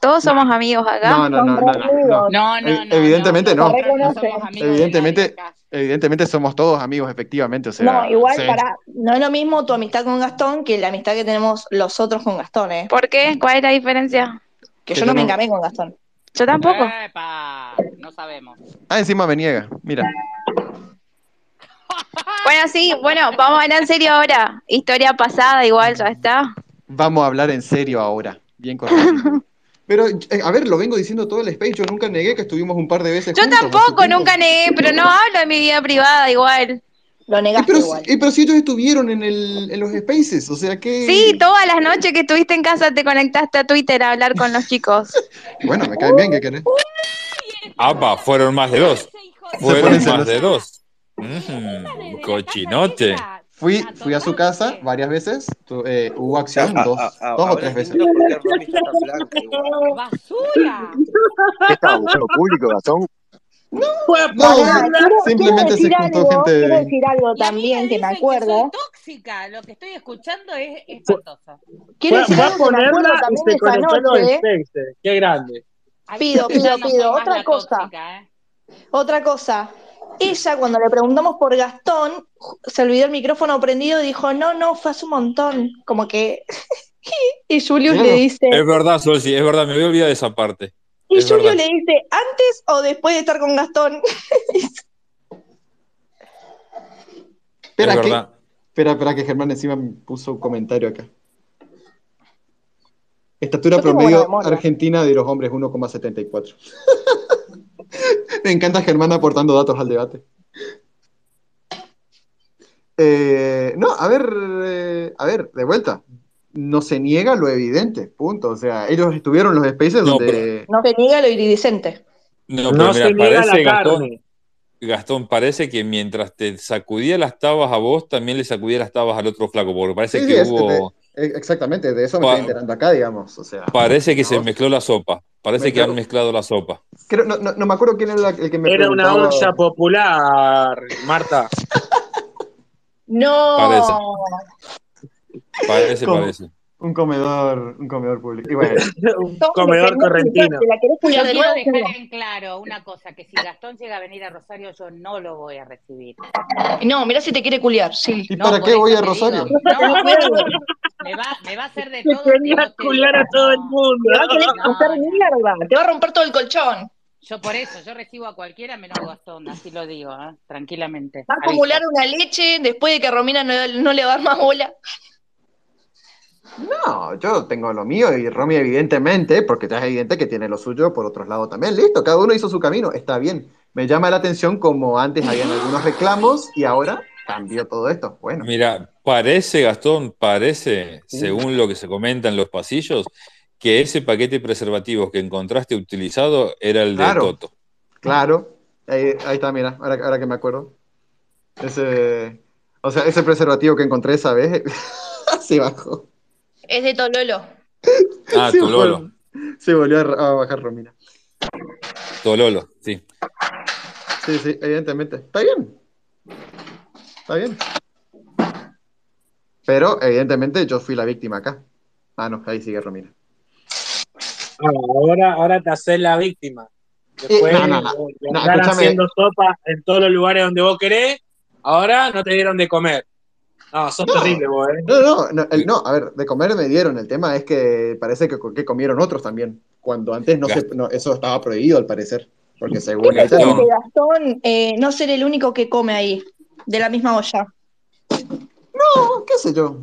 Speaker 9: Todos somos amigos acá.
Speaker 3: No, no, no, no, no, no.
Speaker 5: No, no,
Speaker 3: Ev-
Speaker 5: no.
Speaker 3: Evidentemente no. Eh,
Speaker 5: nosotros no somos amigos de nadie.
Speaker 3: Evidentemente, evidentemente somos todos amigos, efectivamente, o
Speaker 7: No,
Speaker 3: sea,
Speaker 7: igual,
Speaker 3: sí.
Speaker 7: para no es lo mismo tu amistad con Gastón que la amistad que tenemos los otros con Gastón, ¿eh?
Speaker 9: ¿Por qué? ¿Cuál es la diferencia?
Speaker 7: Que yo no me encamé con Gastón.
Speaker 9: Yo tampoco.
Speaker 5: Epa, no sabemos.
Speaker 3: Ah, encima me niega, mira.
Speaker 9: Bueno, sí, bueno, vamos a hablar en serio ahora. Historia pasada igual, ya está.
Speaker 3: Vamos a hablar en serio ahora, bien correcto. Pero, eh, a ver, lo vengo diciendo todo el space, yo nunca negué que estuvimos un par de veces
Speaker 9: Yo
Speaker 3: juntos. vos
Speaker 9: tampoco,
Speaker 3: supiste.
Speaker 9: nunca negué, pero no hablo de mi vida privada igual.
Speaker 7: Lo
Speaker 3: Eh,
Speaker 7: negaste
Speaker 3: pero,
Speaker 7: igual.
Speaker 3: si- eh, pero si ellos estuvieron en, el, en los spaces, o sea que...
Speaker 9: Sí, todas las noches que estuviste en casa te conectaste a Twitter a hablar con los chicos.
Speaker 3: Bueno, me caen bien, ¿qué querés?
Speaker 6: Apa, fueron más de dos.
Speaker 3: Se ponen
Speaker 6: Fueron más
Speaker 3: celosos.
Speaker 6: de dos. Mm, cochinote.
Speaker 3: Fui,
Speaker 9: Ah,
Speaker 3: fui a su casa varias veces, tu- eh, hubo acción
Speaker 11: A- a-
Speaker 3: dos,
Speaker 11: a-
Speaker 3: dos o
Speaker 11: ahora
Speaker 3: tres veces.
Speaker 11: entiendo ah, por qué Romy está tan blanca igual.
Speaker 5: ¡Basura!
Speaker 14: ¿Qué estaba buscando público, Gastón?
Speaker 7: Pues
Speaker 3: No,
Speaker 7: pará,
Speaker 3: si-
Speaker 7: quiero, quiero
Speaker 3: simplemente se
Speaker 7: decir
Speaker 3: juntó
Speaker 7: algo, quiero
Speaker 3: gente...
Speaker 7: decir algo
Speaker 5: Y a mí me
Speaker 7: también que me
Speaker 5: dicen que soy
Speaker 7: acuerdo.
Speaker 5: tóxica. Lo que estoy escuchando es espantoso.
Speaker 7: Quiero
Speaker 2: Fue,
Speaker 7: decir
Speaker 2: fue a
Speaker 7: algo que me acuerdo
Speaker 2: ponerla este, y
Speaker 7: también
Speaker 2: se
Speaker 7: esa
Speaker 2: conectó a los
Speaker 7: noche. eh?
Speaker 2: spaces. Qué grande.
Speaker 5: Ahí
Speaker 7: Pido,
Speaker 5: yo ya
Speaker 7: pido,
Speaker 5: no soy
Speaker 7: pido.
Speaker 5: más
Speaker 7: Otra
Speaker 5: la
Speaker 7: cosa,
Speaker 5: tóxica, ¿eh?
Speaker 7: otra cosa. Ella, cuando le preguntamos por Gastón, se olvidó el micrófono prendido y dijo, no, no, fue hace un montón. Como que... y Julius le
Speaker 6: Claro.
Speaker 7: dice,
Speaker 6: Es verdad, Solsi, es verdad, me voy a olvidar de esa parte.
Speaker 7: y
Speaker 6: Es
Speaker 7: Julius
Speaker 6: verdad.
Speaker 7: le dice, ¿antes o después de estar con Gastón?
Speaker 6: Es
Speaker 3: Espera que,
Speaker 6: verdad.
Speaker 3: espera, espera que Germán encima me puso un comentario acá. Estatura
Speaker 7: Yo tengo buena
Speaker 3: promedio
Speaker 7: memoria.
Speaker 3: argentina de los hombres 1,74. Me encanta Germán aportando datos al debate. Eh, no, a ver, eh, a ver, de vuelta. No se niega lo evidente, punto. O sea, ellos estuvieron en los spaces
Speaker 6: No, pero-
Speaker 3: donde...
Speaker 7: No se niega lo iridiscente.
Speaker 6: No, pero
Speaker 2: No se
Speaker 6: mira,
Speaker 2: niega la
Speaker 6: parece, Gastón,
Speaker 2: carne.
Speaker 6: Gastón, parece que mientras te sacudía las tabas a vos, también le sacudía las tabas al otro flaco, porque
Speaker 3: Sí,
Speaker 6: parece
Speaker 3: sí,
Speaker 6: que
Speaker 3: es- de-
Speaker 6: hubo,
Speaker 3: eh, exactamente, de eso me estoy
Speaker 6: pa-
Speaker 3: enterando acá, digamos. O sea,
Speaker 6: parece que se
Speaker 3: ¿no?
Speaker 6: mezcló la sopa, parece que han
Speaker 3: Mezclar-
Speaker 6: mezclado la sopa.
Speaker 3: creo- no, no- no me acuerdo quién era la- el que me
Speaker 2: Era una
Speaker 3: preguntaba.
Speaker 2: olla popular, Marta.
Speaker 6: Parece,
Speaker 7: No.
Speaker 6: parece,
Speaker 3: Como
Speaker 6: parece.
Speaker 3: un comedor, un comedor público. Y bueno,
Speaker 2: Un
Speaker 7: Todos
Speaker 2: comedor
Speaker 7: defendés y yo
Speaker 2: correntino.
Speaker 7: te la querés
Speaker 5: Yo
Speaker 7: culiar de
Speaker 5: quiero
Speaker 7: nuevo,
Speaker 5: dejar
Speaker 7: Julius.
Speaker 5: en claro una cosa, que si Gastón llega a venir a Rosario, yo no lo voy a recibir.
Speaker 7: No, mirá si te quiere culiar, sí.
Speaker 3: ¿y
Speaker 5: No,
Speaker 3: para
Speaker 5: por
Speaker 3: qué voy
Speaker 5: eso
Speaker 3: a
Speaker 5: te digo,
Speaker 3: Rosario?
Speaker 7: No
Speaker 5: no,
Speaker 7: puede.
Speaker 5: me va, me va a hacer de
Speaker 2: Te
Speaker 5: todo que
Speaker 2: quería
Speaker 5: vos te
Speaker 2: culiar
Speaker 5: digas,
Speaker 2: a todo el
Speaker 5: no,
Speaker 2: mundo.
Speaker 7: Te va a querer cortar
Speaker 5: no, no.
Speaker 7: mierda. Te va a romper todo el colchón.
Speaker 5: Yo por eso, yo recibo a cualquiera menos Gastón, así lo digo, ¿eh? tranquilamente,
Speaker 7: Va a
Speaker 5: aviso.
Speaker 7: acumular una leche después de que Romina no, no le va a dar más bola.
Speaker 3: No, yo tengo lo mío y Romy evidentemente, porque ya es evidente que tiene lo suyo por otros lados también. Listo, cada uno hizo su camino, está bien. Me llama la atención como antes habían algunos reclamos y ahora cambió todo esto. Bueno.
Speaker 6: Mira, parece, Gastón, parece, según lo que se comenta en los pasillos, que ese paquete de preservativos que encontraste utilizado era el de
Speaker 3: Claro.
Speaker 6: Toto.
Speaker 3: Claro, ahí, ahí está, mira, ahora, ahora que me acuerdo. Ese, o sea, ese preservativo que encontré esa vez se bajó.
Speaker 7: Es de Tololo.
Speaker 6: Ah,
Speaker 3: se
Speaker 6: Tololo.
Speaker 3: vol- se volvió a, a bajar Romina.
Speaker 6: Tololo, sí.
Speaker 3: Sí, sí, evidentemente. Está bien. Está bien. Pero, evidentemente, yo fui la víctima acá. Ah, no, ahí sigue Romina.
Speaker 2: Ahora, ahora te haces la víctima.
Speaker 7: Eh,
Speaker 2: Después
Speaker 3: no, no, no.
Speaker 2: de- de
Speaker 3: No,
Speaker 2: andar
Speaker 3: escúchame.
Speaker 2: haciendo sopa en todos los lugares donde vos querés, ahora no te dieron de comer. No, sos terrible vos, eh.
Speaker 3: No, no, no, el- no, a ver, de comer me dieron. El tema es que parece que, que comieron otros también. Cuando antes no, se, no, eso estaba prohibido, al parecer. Porque según el
Speaker 7: Eso
Speaker 3: tema-
Speaker 7: de Este Gastón eh, no ser el único que come ahí, de la misma olla.
Speaker 3: No, qué sé yo.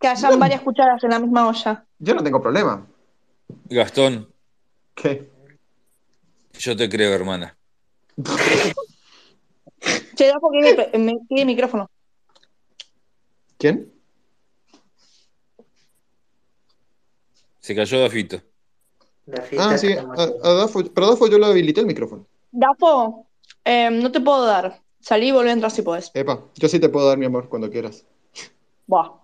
Speaker 7: Que hayan varias cucharas en la misma olla.
Speaker 3: Yo no tengo problema.
Speaker 6: Gastón.
Speaker 3: ¿Qué?
Speaker 6: Yo te creo, hermana.
Speaker 7: Che, da porque me, pe- me pide el micrófono.
Speaker 3: ¿Quién?
Speaker 6: Se cayó Dafito.
Speaker 3: Ah, sí, a, a Dafo- pero Dafo yo lo habilité el micrófono.
Speaker 7: Dapo, eh, no te puedo dar. Salí y volví a entrar si podés.
Speaker 3: Epa, yo sí te puedo dar mi amor cuando quieras.
Speaker 7: Va.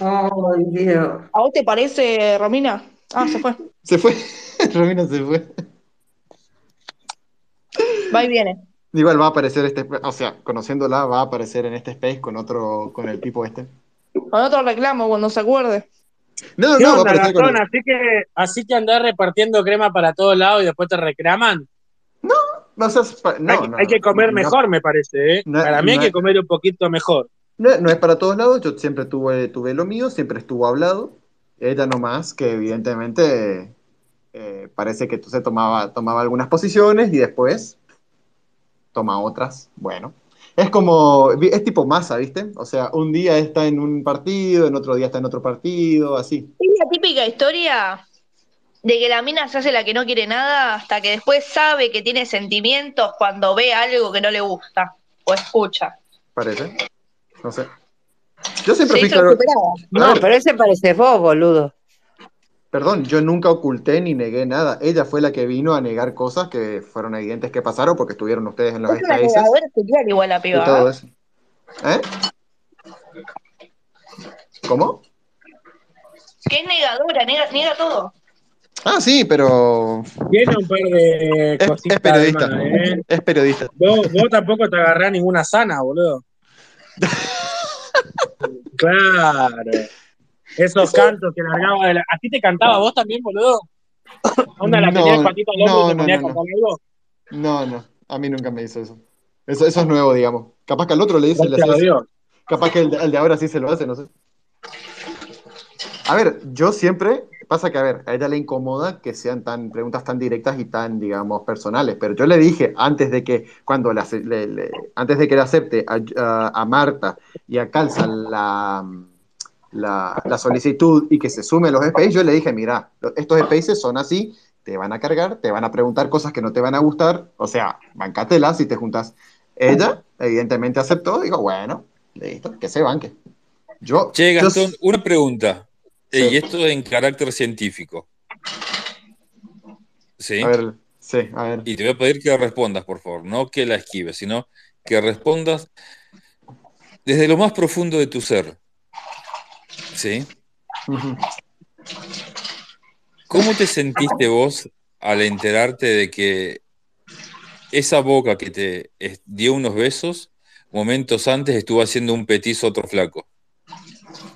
Speaker 12: Ay, Dios.
Speaker 7: ¿A vos te parece, Romina? Ah, se fue.
Speaker 3: Se fue. Romina se fue.
Speaker 7: Va y viene.
Speaker 3: Igual va a aparecer este, o sea, conociéndola, va a aparecer en este space con otro, con el tipo este.
Speaker 7: Con otro reclamo cuando se acuerde.
Speaker 3: No,
Speaker 2: ¿Qué
Speaker 3: no, va a
Speaker 2: onda,
Speaker 3: aparecer con
Speaker 2: Gastón?
Speaker 3: el...
Speaker 2: Así que, así que andás repartiendo crema para todos lados y después te reclaman.
Speaker 3: o sea, es pa- no,
Speaker 2: hay, que-
Speaker 3: no,
Speaker 2: hay que comer
Speaker 3: no.
Speaker 2: mejor, me parece. ¿eh?
Speaker 3: No,
Speaker 2: para mí hay
Speaker 3: no.
Speaker 2: que comer un poquito mejor.
Speaker 3: No, no es para todos lados, yo siempre tuve, tuve lo mío, siempre estuvo hablado. Ella nomás que evidentemente eh, parece que se tomaba, tomaba algunas posiciones y después toma otras. Bueno, es como, es tipo masa, ¿viste? O sea, un día está en un partido, en otro día está en otro partido, así.
Speaker 7: Es la típica historia de que la mina se hace la que no quiere nada hasta que después sabe que tiene sentimientos cuando ve algo que no le gusta o escucha.
Speaker 3: Parece. No sé. Yo siempre
Speaker 7: Se
Speaker 3: fui
Speaker 7: hizo la
Speaker 3: claro.
Speaker 7: superada.
Speaker 12: No,
Speaker 3: A ver.
Speaker 12: pero ese pareces vos, boludo.
Speaker 3: Perdón, yo nunca oculté ni negué nada. Ella fue la que vino a negar cosas que fueron evidentes que pasaron porque estuvieron ustedes en los
Speaker 7: Es una
Speaker 3: spaces
Speaker 7: negadora serial igual la
Speaker 3: y
Speaker 7: piba.
Speaker 3: todo
Speaker 7: ¿eh?
Speaker 3: eso. ¿Eh? ¿Cómo?
Speaker 7: Que es negadora, niega, niega todo.
Speaker 3: Ah, sí, pero
Speaker 2: Tiene un par de
Speaker 3: es,
Speaker 2: cositas
Speaker 3: es periodista.
Speaker 2: más, ¿eh?
Speaker 3: Es periodista.
Speaker 2: Vos, vos tampoco te agarrás ninguna sana, boludo. Claro. Esos cantos que largaba de la... ¿A ti te cantaba vos también, boludo? ¿Onda la
Speaker 3: No,
Speaker 2: tenías patita al hombro
Speaker 3: no,
Speaker 2: y te
Speaker 3: no,
Speaker 2: ponías
Speaker 3: no, no.
Speaker 2: con algo?
Speaker 3: No, no, a mí nunca me hizo eso. Eso, eso es nuevo, digamos. Capaz que al otro le dice, le
Speaker 2: Gracias a
Speaker 3: hace-
Speaker 2: Dios.
Speaker 3: capaz que el, de- el de ahora sí se lo hace, no sé. A ver, yo siempre, pasa que a ver, a ella le incomoda que sean tan preguntas tan directas y tan, digamos, personales, pero yo le dije antes de que, cuando la- le- le- antes de que le acepte a, a- a Marta y a Calza la, la, la solicitud y que se sume a los spaces, yo le dije, mira, estos spaces son así, te van a cargar, te van a preguntar cosas que no te van a gustar, o sea, bancatelas si te juntas. Ella, evidentemente, aceptó, digo, bueno, listo, que se banque. Yo,
Speaker 6: Che,
Speaker 3: yo
Speaker 6: Gastón, una pregunta.
Speaker 3: Sí.
Speaker 6: Eh, Y esto en carácter científico. ¿Sí?
Speaker 3: A ver, sí, a ver.
Speaker 6: Y te voy a pedir que respondas, por favor. No que la esquives, sino que respondas desde lo más profundo de tu ser. ¿Sí?
Speaker 3: Ujú.
Speaker 6: ¿Cómo te sentiste vos al enterarte de que esa boca que te es- dio unos besos, momentos antes estuvo haciendo un petizo a otro flaco?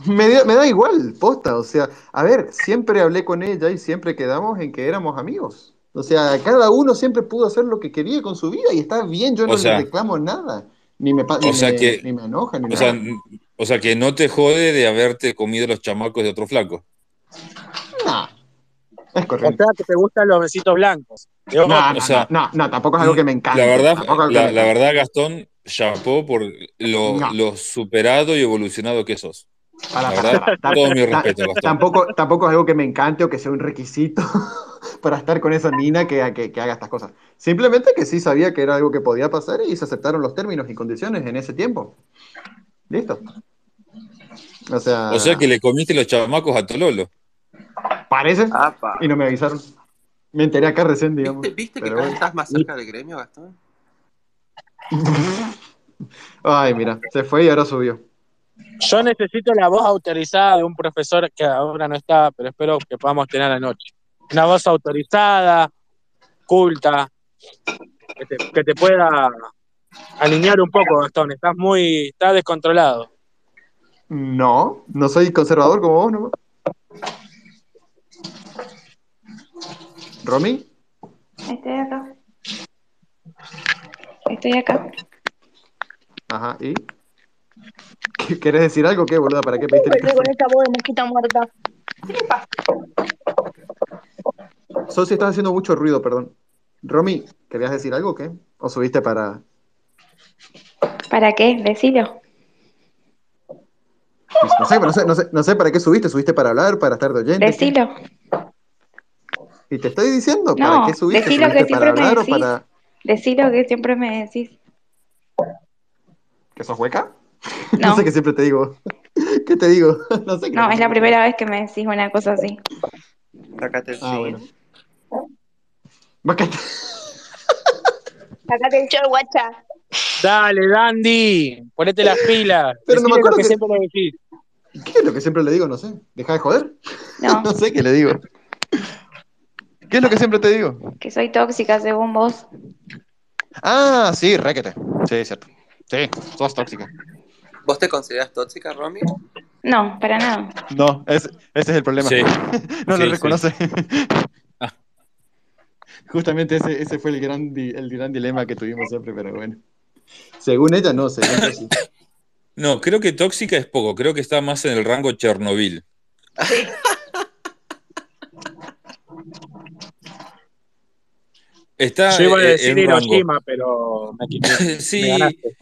Speaker 3: Me, da- me da igual, posta, o sea, a ver, siempre hablé con ella y siempre quedamos en que éramos amigos. O sea, cada uno siempre pudo hacer lo que quería con su vida y está bien, yo
Speaker 6: O
Speaker 3: no
Speaker 6: sea-
Speaker 3: le reclamo nada, ni me, pa- ni
Speaker 6: O sea
Speaker 3: me,
Speaker 6: que-
Speaker 3: ni me enoja, ni
Speaker 6: O sea,
Speaker 3: nada.
Speaker 6: n- o sea, que no te jode de haberte comido los chamacos de otro flaco.
Speaker 3: Nah, es
Speaker 2: O
Speaker 3: correcto.
Speaker 2: sea, que te gustan los besitos blancos. De
Speaker 3: No,
Speaker 2: ojo.
Speaker 3: no,
Speaker 6: O
Speaker 3: no,
Speaker 6: sea,
Speaker 3: no, no, tampoco es algo que me encante.
Speaker 6: La verdad,
Speaker 3: Tampoco es algo que
Speaker 6: la,
Speaker 3: me
Speaker 6: la
Speaker 3: encante.
Speaker 6: verdad Gastón, chapó por lo,
Speaker 3: No,
Speaker 6: lo superado y evolucionado que sos. La
Speaker 3: Para,
Speaker 6: verdad,
Speaker 3: para, para,
Speaker 6: todo
Speaker 3: ta-
Speaker 6: mi
Speaker 3: ta-
Speaker 6: respeto, Gastón.
Speaker 3: Tampoco, tampoco es algo que me encante o que sea un requisito para estar con esa mina que, que- que haga estas cosas. Simplemente que sí sabía que era algo que podía pasar y se aceptaron los términos y condiciones en ese tiempo. Listo. O sea,
Speaker 6: O sea que le comiste los chamacos a Tololo.
Speaker 3: parece. Y no me avisaron. Me enteré acá recién, digamos.
Speaker 11: ¿Viste que cada
Speaker 3: Pero
Speaker 11: vez
Speaker 3: bueno.
Speaker 11: estás más cerca del gremio, Gastón?
Speaker 3: Ay, mira, se fue y ahora subió.
Speaker 2: Yo necesito la voz autorizada de un profesor que ahora no está, pero espero que podamos tener anoche. Una voz autorizada, culta, que te, que te pueda alinear un poco, Gastón. Estás muy, estás descontrolado.
Speaker 3: No, no soy conservador como vos, ¿no? ¿Romy?
Speaker 9: Estoy acá. Estoy acá.
Speaker 3: Ajá, ¿y? ¿Qué- ¿Querés decir algo? ¿Qué, boluda? ¿Para qué pediste el
Speaker 9: Volví con esta voz de mosquita muerta.
Speaker 3: Socio, estás haciendo mucho ruido, perdón. Romy, ¿querías decir algo o qué? ¿O subiste para...?
Speaker 9: ¿Para qué? Decilo.
Speaker 3: No sé, no sé, no sé, no sé para qué subiste. ¿Subiste para hablar, para estar de oyente?
Speaker 9: Decilo.
Speaker 3: Y te estoy diciendo, ¿para
Speaker 9: No,
Speaker 3: qué subiste?
Speaker 9: decí lo que
Speaker 3: ¿Subiste
Speaker 9: siempre
Speaker 3: para
Speaker 9: me
Speaker 3: hablar o
Speaker 9: decís.
Speaker 3: para...?
Speaker 9: Decilo que siempre me decís.
Speaker 3: ¿Que sos hueca? No,
Speaker 9: No.
Speaker 3: sé qué siempre te digo. ¿Qué te digo? No sé qué.
Speaker 9: No, es la primera vez que me decís una cosa así.
Speaker 11: Sacate el
Speaker 3: Ah, bueno.
Speaker 9: Sacate el short, guacha.
Speaker 2: Dale, Dandy, ponete las pilas.
Speaker 3: Pero no me
Speaker 2: Decile
Speaker 3: acuerdo
Speaker 2: lo que
Speaker 3: que-
Speaker 2: siempre le decís.
Speaker 3: ¿Qué es lo que siempre le digo? No sé. ¿Deja de joder?
Speaker 9: No.
Speaker 3: no sé qué le digo. ¿Qué es lo que siempre te digo?
Speaker 9: Que soy tóxica según vos.
Speaker 3: Ah, sí, requete. Sí, es cierto. Sí, sos tóxica.
Speaker 11: ¿Vos te considerás tóxica, Romy?
Speaker 9: No, para nada.
Speaker 3: No, es- ese es el problema.
Speaker 6: Sí. Sí, Ah.
Speaker 3: no lo
Speaker 6: sí.
Speaker 3: reconoce. Justamente ese, ese fue el gran, di- el gran dilema que tuvimos siempre, pero bueno. Según ella, no, según yo sí.
Speaker 6: No, creo que tóxica es poco, creo que está más en el rango Chernobyl. Está
Speaker 2: Yo iba a
Speaker 6: eh,
Speaker 2: decir
Speaker 6: en un rango.
Speaker 2: Hiroshima, pero me, me-
Speaker 6: Sí.
Speaker 2: me ganaste.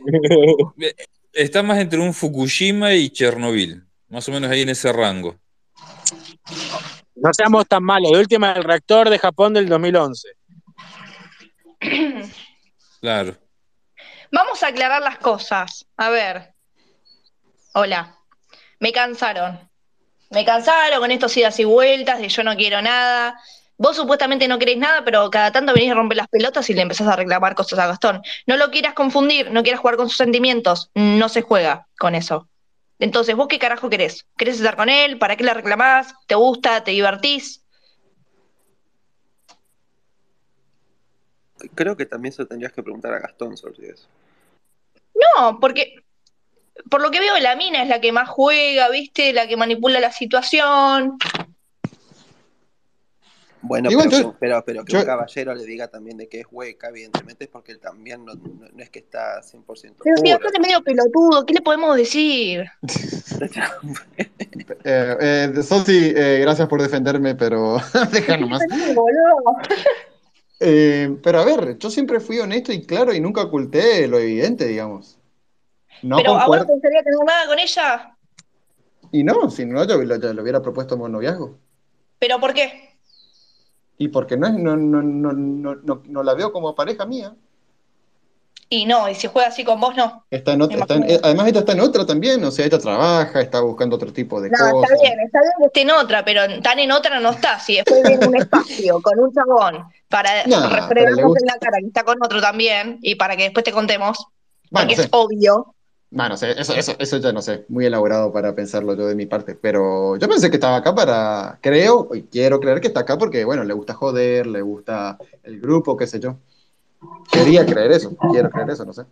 Speaker 6: Eh, Está más entre un Fukushima y Chernobyl, más o menos ahí en ese rango.
Speaker 2: No seamos tan malos. ¿eh? De última, el reactor de Japón del 2011.
Speaker 6: Claro.
Speaker 7: Vamos a aclarar las cosas. A ver. Hola. Me cansaron. Me cansaron con estos idas y vueltas de yo no quiero nada. Vos supuestamente no querés nada, pero cada tanto venís a romper las pelotas y le empezás a reclamar cosas a Gastón. No lo quieras confundir, no quieras jugar con sus sentimientos. No se juega con eso. Entonces, ¿vos qué carajo querés? ¿Querés estar con él? ¿Para qué la reclamás? ¿Te gusta? ¿Te divertís?
Speaker 11: Creo que también se lo tendrías que preguntar a Gastón sobre eso.
Speaker 7: No, porque por lo que veo la mina es la que más juega, ¿viste? La que manipula la situación.
Speaker 11: Bueno,
Speaker 3: Igual
Speaker 11: pero,
Speaker 3: yo-
Speaker 11: pero, pero que
Speaker 3: yo-
Speaker 11: un caballero le diga también de que es hueca, evidentemente es porque él también no, no- no es que está 100%
Speaker 7: Pero si
Speaker 11: puro.
Speaker 7: Gastón es medio pelotudo, ¿qué le podemos decir?
Speaker 3: Eh, eh, Sosi, eh, gracias por defenderme, pero deja nomás. Eh, pero a ver, yo siempre fui honesto y claro y nunca oculté lo evidente, digamos. No
Speaker 7: pero a vos
Speaker 3: concuerdo.
Speaker 7: no te gustaría tener nada con ella.
Speaker 3: Y no, si no, yo lo, yo lo hubiera propuesto como noviazgo.
Speaker 7: ¿Pero por qué?
Speaker 3: Y porque no, es, no, no, no, no, no, no la veo como pareja mía.
Speaker 7: Y no, y si juega así con vos, no.
Speaker 3: Está en otra-
Speaker 7: Me
Speaker 3: está en-
Speaker 7: imagino.
Speaker 3: eh, además, ella está en otra también, o sea, ella trabaja, está buscando otro tipo de
Speaker 7: No,
Speaker 3: cosas.
Speaker 7: está bien, está bien que esté en otra, pero tan en otra no está. Si después viene un espacio con un chabón para
Speaker 3: No, pero le
Speaker 7: refregarnos
Speaker 3: gusta.
Speaker 7: en la cara que está con otro también y para que después te contemos,
Speaker 3: Bueno,
Speaker 7: porque
Speaker 3: sí.
Speaker 7: es obvio.
Speaker 3: Bueno, sé, eso, eso, eso ya no sé, muy elaborado para pensarlo yo de mi parte, pero yo pensé que estaba acá para, creo, y quiero creer que está acá porque, bueno, le gusta joder, le gusta el grupo, qué sé yo. Quería creer eso, quiero creer eso, no sé.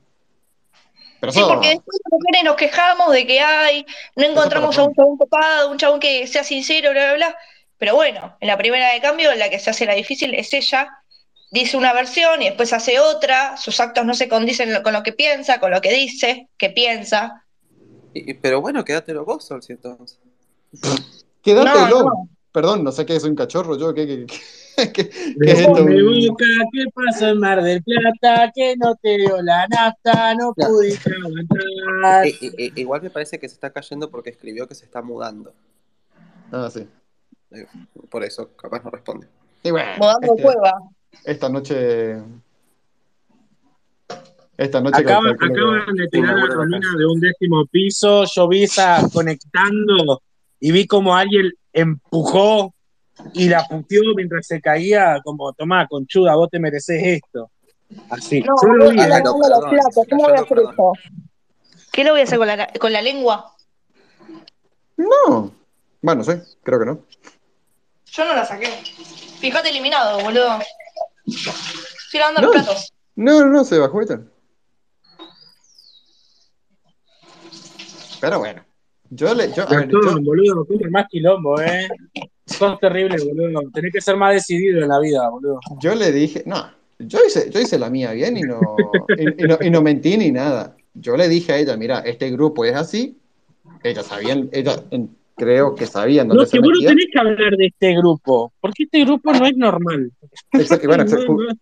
Speaker 3: Pero
Speaker 7: Sí,
Speaker 3: eso,
Speaker 7: porque después las mujeres nos quejamos de que hay, no encontramos a un chabón copado, un chabón que sea sincero, bla, bla, bla. Pero bueno, en la primera de cambio, la que se hace la difícil es ella. Dice una versión y después hace otra, sus actos no se condicen lo- con lo que piensa, con lo que dice, que piensa.
Speaker 11: Y- y- pero bueno, quédatelo vos, Solsi, entonces.
Speaker 3: quédatelo.
Speaker 7: no, no.
Speaker 3: Perdón, no sé qué, soy un cachorro yo, qué, qué- qué- ¿Qué es esto?
Speaker 2: Me busca, ¿qué pasó en Mar del Plata? Que no te dio la nafta, no pudiste
Speaker 12: Ah,
Speaker 2: aguantar.
Speaker 11: Eh, eh, eh, igual me parece que se está cayendo porque escribió que se está mudando.
Speaker 3: Ah, sí.
Speaker 11: Eh, Por eso, capaz no responde.
Speaker 3: Y bueno,
Speaker 7: Mudando
Speaker 3: este-
Speaker 7: cueva.
Speaker 3: Esta noche. Esta noche.
Speaker 2: Acaban,
Speaker 3: calculo que-
Speaker 2: acaban de tirar a Romina de un décimo piso, yo vi esa conectando y vi como alguien empujó y la puteó mientras se caía, como, tomá, conchuda, vos te mereces esto. Así,
Speaker 7: No,
Speaker 2: yo lo vi,
Speaker 7: anda
Speaker 2: ¿eh?
Speaker 7: lavando los platos, ¿cómo voy a hacer eso? ¿Qué le voy a hacer con la, con la lengua?
Speaker 3: No. Bueno, sí, creo que no.
Speaker 7: Yo no la saqué. Fíjate eliminado, boludo. Estoy lavando los platos.
Speaker 3: No, no, no, se bajó ahorita. Pero bueno. Yo le. Yo, a ver,
Speaker 2: Gastón,
Speaker 3: yo-
Speaker 2: boludo, cómo es más quilombo, eh. Sos terrible, boludo. Tenés que ser más decidido en la vida, boludo.
Speaker 3: yo le dije. No, yo hice, yo hice la mía bien y no, y, y no, y no mentí ni nada. Yo le dije a ella, mira, este grupo es así. Ella sabían, ella en- creo que sabían dónde
Speaker 2: No,
Speaker 3: se
Speaker 2: que vos no
Speaker 3: metía.
Speaker 2: tenés que hablar de este grupo, porque este grupo no es normal.
Speaker 3: Exacto, y bueno, exact-
Speaker 2: No,
Speaker 3: ju-
Speaker 2: no.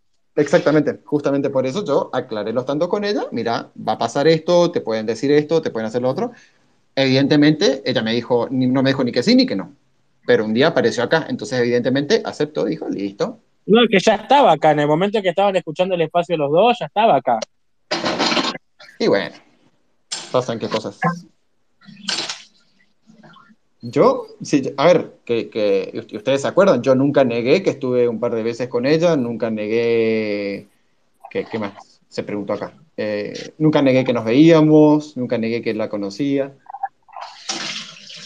Speaker 3: exactamente, justamente por eso yo aclaré los tantos con ella, mira, va a pasar esto, te pueden decir esto, te pueden hacer lo otro. Evidentemente, ella me dijo, ni- no me dijo ni que sí ni que no, pero un día apareció acá, entonces evidentemente aceptó, dijo, listo.
Speaker 2: No, que ya estaba acá, en el momento que estaban escuchando el espacio de los dos, ya estaba acá.
Speaker 3: Y bueno, pasan qué cosas. Yo, sí, a ver, que, que y ustedes se acuerdan, yo nunca negué que estuve un par de veces con ella, nunca negué que, ¿qué más? Se preguntó acá. Eh, nunca negué que nos veíamos, nunca negué que la conocía.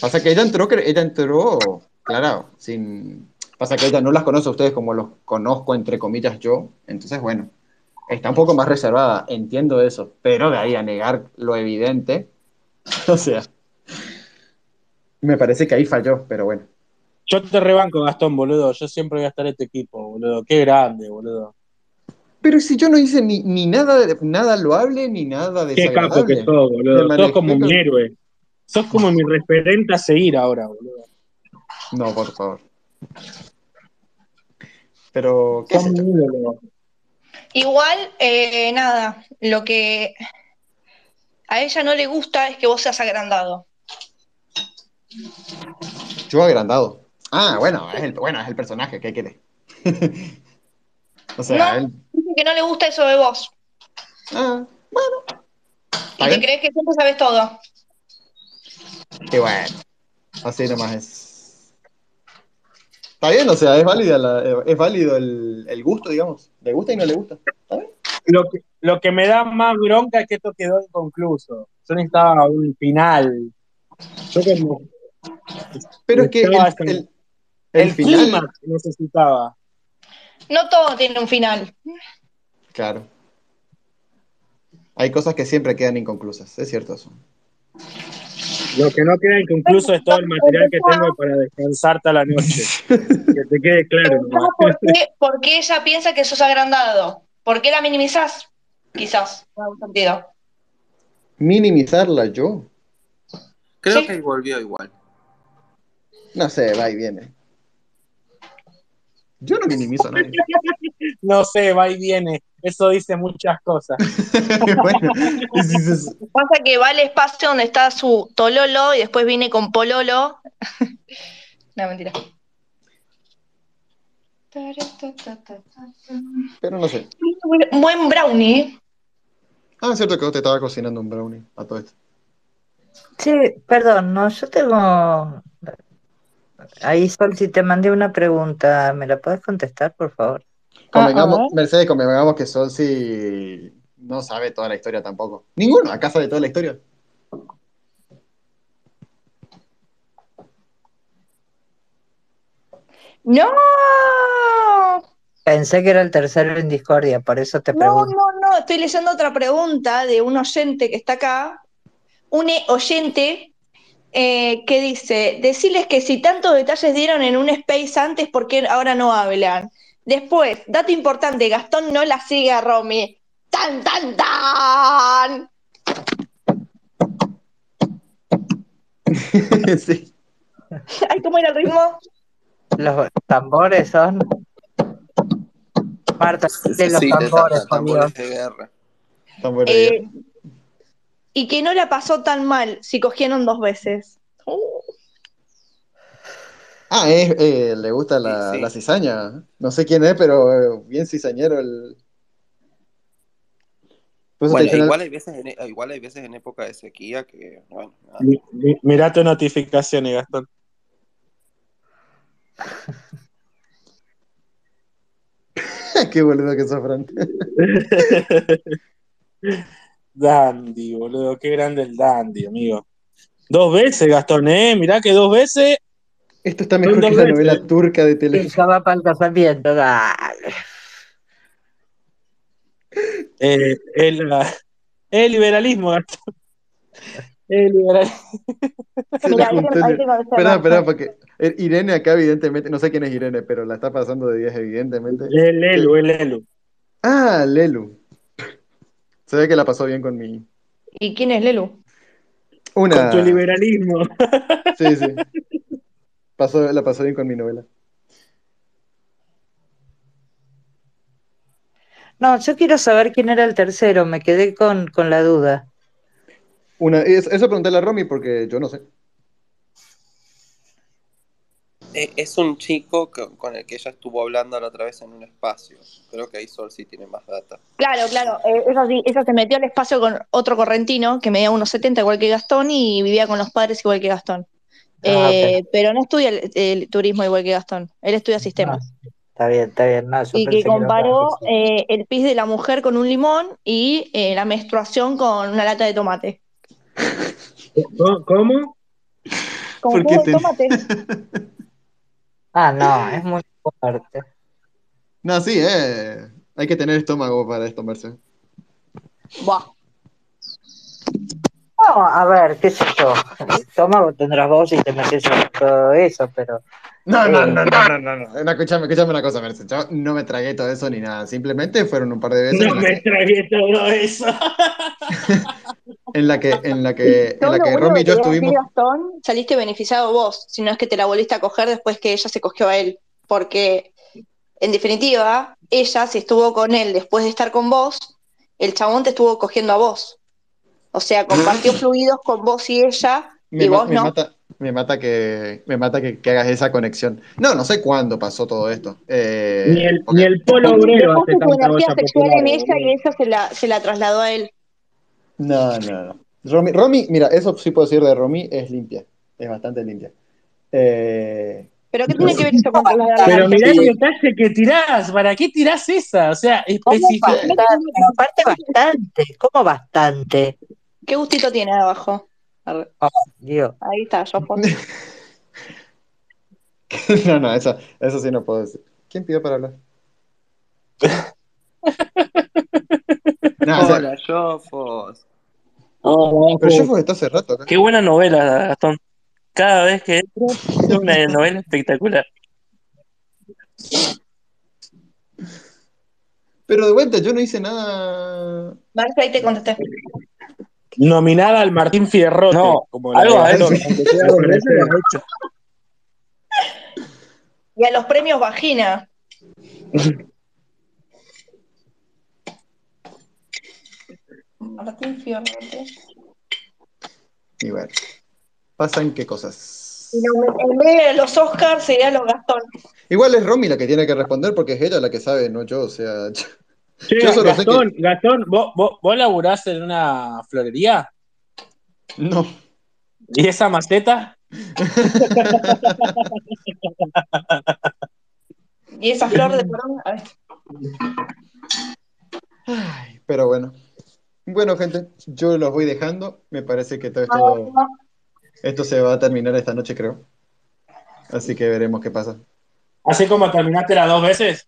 Speaker 3: Pasa que ella entró, cre- ella entró, claro, sin... Pasa que ella no las conoce a ustedes como los conozco, entre comillas, yo. Entonces, bueno, está un poco más reservada, entiendo eso, pero de ahí a negar lo evidente, o sea, me parece que ahí falló, pero bueno.
Speaker 2: Yo te rebanco, Gastón, boludo. Yo siempre voy a estar en este equipo, boludo. Qué grande, boludo.
Speaker 3: Pero si yo no hice ni, ni nada, de- nada loable, ni nada
Speaker 2: Qué capo
Speaker 3: desagradable.
Speaker 2: que sos,
Speaker 3: Me
Speaker 2: boludo. Sos
Speaker 3: manejé
Speaker 2: como un
Speaker 3: con-
Speaker 2: héroe. Sos como mi referente a seguir ahora, boludo.
Speaker 3: No, por favor. Pero, ¿qué
Speaker 2: Sos
Speaker 3: sé yo?
Speaker 2: mi ídolo.
Speaker 7: Igual, eh, nada, lo que a ella no le gusta es que vos seas agrandado.
Speaker 3: Yo agrandado. Ah, bueno, es el, bueno, es el personaje, ¿qué quiere? o sea, él-
Speaker 7: Dice que no le gusta eso de vos.
Speaker 3: Ah,
Speaker 7: Y te
Speaker 3: bien.
Speaker 7: crees que siempre sabes todo.
Speaker 3: qué bueno. Así nomás es. Está bien, o sea, es, válida la- es válido el, el gusto, digamos. Le gusta y no le gusta.
Speaker 2: Lo que, lo que me da más bronca es que esto quedó inconcluso. Yo necesitaba un final. Yo como
Speaker 3: Pero es que el,
Speaker 2: Estaba
Speaker 3: el-
Speaker 2: el,
Speaker 3: el final.
Speaker 2: clímax necesitaba.
Speaker 7: No todo tiene un final.
Speaker 3: Claro. Hay cosas que siempre quedan inconclusas, es cierto eso.
Speaker 2: Lo que no queda inconcluso es todo el material que tengo para descansar toda la noche. Que te quede claro.
Speaker 7: Ah,
Speaker 2: nomás.
Speaker 7: ¿Por qué, por qué ella piensa que sos agrandado? ¿Por qué la minimizás? Quizás, en algún sentido.
Speaker 3: Minimizarla yo.
Speaker 11: Creo que volvió igual.
Speaker 3: No sé, va y viene. Yo no minimizo a nadie.
Speaker 2: No sé, va y viene. Eso dice muchas cosas.
Speaker 3: Bueno, y si se-
Speaker 7: Pasa que va al espacio donde está su tololo y después viene con pololo. no, mentira.
Speaker 3: pero no sé.
Speaker 7: Buen brownie. ¿eh?
Speaker 3: Ah, es cierto que vos te estaba cocinando un brownie a todo esto.
Speaker 12: Che, perdón, no, yo tengo. Ahí, Sol, si te mandé una pregunta, ¿me la puedes contestar, por favor?
Speaker 11: Ah,
Speaker 3: Convengamos, Mercedes, convengamos que Solsi Eh, no sabe toda la historia tampoco. Ninguno acá sabe toda la historia.
Speaker 7: No,
Speaker 12: Pensé que era el tercero en discordia, por eso te
Speaker 7: no,
Speaker 12: pregunto.
Speaker 7: no, no. Estoy leyendo otra pregunta de un oyente que está acá. Un e- oyente eh, que dice: Decirles que si tantos detalles dieron en un space antes, ¿por qué ahora no hablan? Después, dato importante: Gastón no la sigue a Romy. ¡Tan, tan, tan!
Speaker 3: sí.
Speaker 7: Ay, ¿cómo era el ritmo?
Speaker 12: Los tambores son. Marta, de los
Speaker 11: Sí, de
Speaker 12: tambores,
Speaker 11: tam- tambores
Speaker 12: conmigo.
Speaker 11: de guerra.
Speaker 7: Eh, y que no la pasó tan mal si cogieron dos veces. Uh,
Speaker 3: Ah, es, eh, le gusta la, la cizaña. No sé quién es, pero eh, bien cizañero el. Por eso te
Speaker 11: Bueno, igual
Speaker 3: dije en el-
Speaker 11: hay, veces en, eh, igual hay veces en época de sequía que, bueno, nada.
Speaker 2: Mi- mi- Mirá tus notificaciones, Gastón.
Speaker 3: Qué boludo que sos, Fran.
Speaker 2: Dandy, boludo, qué grande el Dandy, amigo. Dos veces, Gastón, ¿eh? Mirá que dos veces.
Speaker 3: Esto está
Speaker 12: mejor que la novela
Speaker 3: turca de
Speaker 12: Y ya va para el casamiento, dale.
Speaker 2: Eh, el, ah, el liberalismo, Gastón. El liberalismo.
Speaker 3: Espera,
Speaker 2: ahí tengo- ahí tengo esa
Speaker 3: espera,
Speaker 2: marca.
Speaker 3: espera, porque eh, Irene acá, evidentemente, no sé quién es Irene, pero la está pasando de 10, evidentemente.
Speaker 2: El Lelu, el Lelu.
Speaker 3: Ah, Lelu. Se ve que la pasó bien con mi.
Speaker 7: ¿Y quién es Lelu?
Speaker 3: Una.
Speaker 2: Con tu liberalismo.
Speaker 3: Sí, sí. Pasó, la pasó bien con mi novela.
Speaker 12: No, yo quiero saber quién era el tercero, me quedé con, con la duda.
Speaker 3: Una, es- eso pregunté a Romy porque yo no sé.
Speaker 11: Eh, Es un chico que- con el que ella estuvo hablando la otra vez en un espacio. Creo que ahí Sol sí tiene más data.
Speaker 7: Claro, claro. eh, esa, sí, esa se metió al espacio con otro correntino que medía unos 70 igual que Gastón y vivía con los padres igual que Gastón. Eh, Pero no estudia el, el turismo igual que Gastón. Él estudia sistemas.
Speaker 12: Está bien, está bien, no, yo
Speaker 7: y
Speaker 12: pensé
Speaker 7: que
Speaker 12: que era otra
Speaker 7: comparó
Speaker 12: cosa.
Speaker 7: eh, el pis de la mujer con un limón y eh, la menstruación con una lata de tomate.
Speaker 2: ¿Cómo?
Speaker 7: Con
Speaker 3: Porque
Speaker 7: jugo
Speaker 3: te-
Speaker 7: de tomate.
Speaker 12: Ah, no, es muy fuerte.
Speaker 3: No, sí, eh. Hay que tener estómago para esto, Marcelo.
Speaker 7: Buah.
Speaker 12: No, a ver, qué sé yo. Estómago tendrás vos y te metes en todo eso, pero.
Speaker 3: No, no,
Speaker 12: eh,
Speaker 3: no, no, no, no, no. No, Escúchame, escúchame una cosa, Merce. Yo no me tragué todo eso ni nada. Simplemente fueron un par de veces
Speaker 2: No
Speaker 3: en, la
Speaker 2: me
Speaker 3: que,
Speaker 2: tragué todo eso.
Speaker 3: en la que, en la que,
Speaker 7: Yo
Speaker 3: Eh, en la
Speaker 7: lo
Speaker 3: que
Speaker 7: único
Speaker 3: Romy
Speaker 7: que
Speaker 3: y yo
Speaker 7: te voy a decir,
Speaker 3: estuvimos.
Speaker 7: Gastón, saliste beneficiado vos, si no es que te la volviste a coger después que ella se cogió a él. Porque, en definitiva, ella, si estuvo con él después de estar con vos, el chabón te estuvo cogiendo a vos. O sea, compartió fluidos con vos y ella,
Speaker 3: Ah. Me,
Speaker 7: y
Speaker 3: ma-
Speaker 7: vos
Speaker 3: me
Speaker 7: no.
Speaker 3: mata, me mata que, me mata que, que hagas esa conexión. No, no sé cuándo pasó todo esto. Eh,
Speaker 2: Ni el,
Speaker 3: porque-
Speaker 2: ni el polo obrero
Speaker 7: Vos
Speaker 2: hace
Speaker 7: tu
Speaker 2: tanta
Speaker 7: energía
Speaker 2: olla
Speaker 7: sexual
Speaker 2: popular.
Speaker 7: en ella
Speaker 2: boludo.
Speaker 7: y ella se la, se la trasladó a él.
Speaker 3: No, no, no. Romy, Romy, mira, eso sí puedo decir de Romy, es limpia. Es bastante limpia. Eh,
Speaker 7: ¿Pero qué tiene que ver eso con trasladar a
Speaker 2: Pero
Speaker 7: alguien?
Speaker 2: mirá el detalle que tirás. ¿Para qué tirás esa? O sea, especifica.
Speaker 12: bastante? Pero aparte bastante, ¿cómo bastante?
Speaker 7: ¿Qué gustito tiene abajo? Arre.
Speaker 3: Ah.
Speaker 12: Oh, Dios.
Speaker 7: Ahí está, yo por-
Speaker 3: no, no, eso, eso sí no puedo decir. ¿Quién pidió para hablar? No, o sea,
Speaker 11: Hola, Yofos.
Speaker 3: pero yo está hace rato acá.
Speaker 1: Qué buena novela, Gastón. Cada vez que entro, es una novela espectacular.
Speaker 3: Pero de vuelta, yo no hice nada.
Speaker 7: Marce, ahí te contesté.
Speaker 2: Nominada al Martín Fierrote.
Speaker 1: No,
Speaker 2: como
Speaker 1: algo
Speaker 2: la de
Speaker 1: a eso.
Speaker 2: Gastón, aunque sea dos veces.
Speaker 7: Y a los premios vagina. Martín Fiorante.
Speaker 3: Y bueno, pasan qué cosas.
Speaker 7: Y no, En vez de los Oscars serían los Gastón.
Speaker 3: Igual es Romy la que tiene que responder porque es ella la que sabe, no yo. O sea, yo,
Speaker 2: Che,
Speaker 3: yo solo sé
Speaker 2: Gastón,
Speaker 3: que.
Speaker 2: Gastón, ¿vos, vos, vos laburás en una florería?
Speaker 3: No.
Speaker 2: ¿Y esa maceta?
Speaker 7: Y esa flor de porón. a ver.
Speaker 3: Pero bueno. Bueno, gente, yo los voy dejando. Me parece que todo esto, esto se va a terminar esta noche, creo. Así que veremos qué pasa.
Speaker 2: Así como terminaste las dos veces.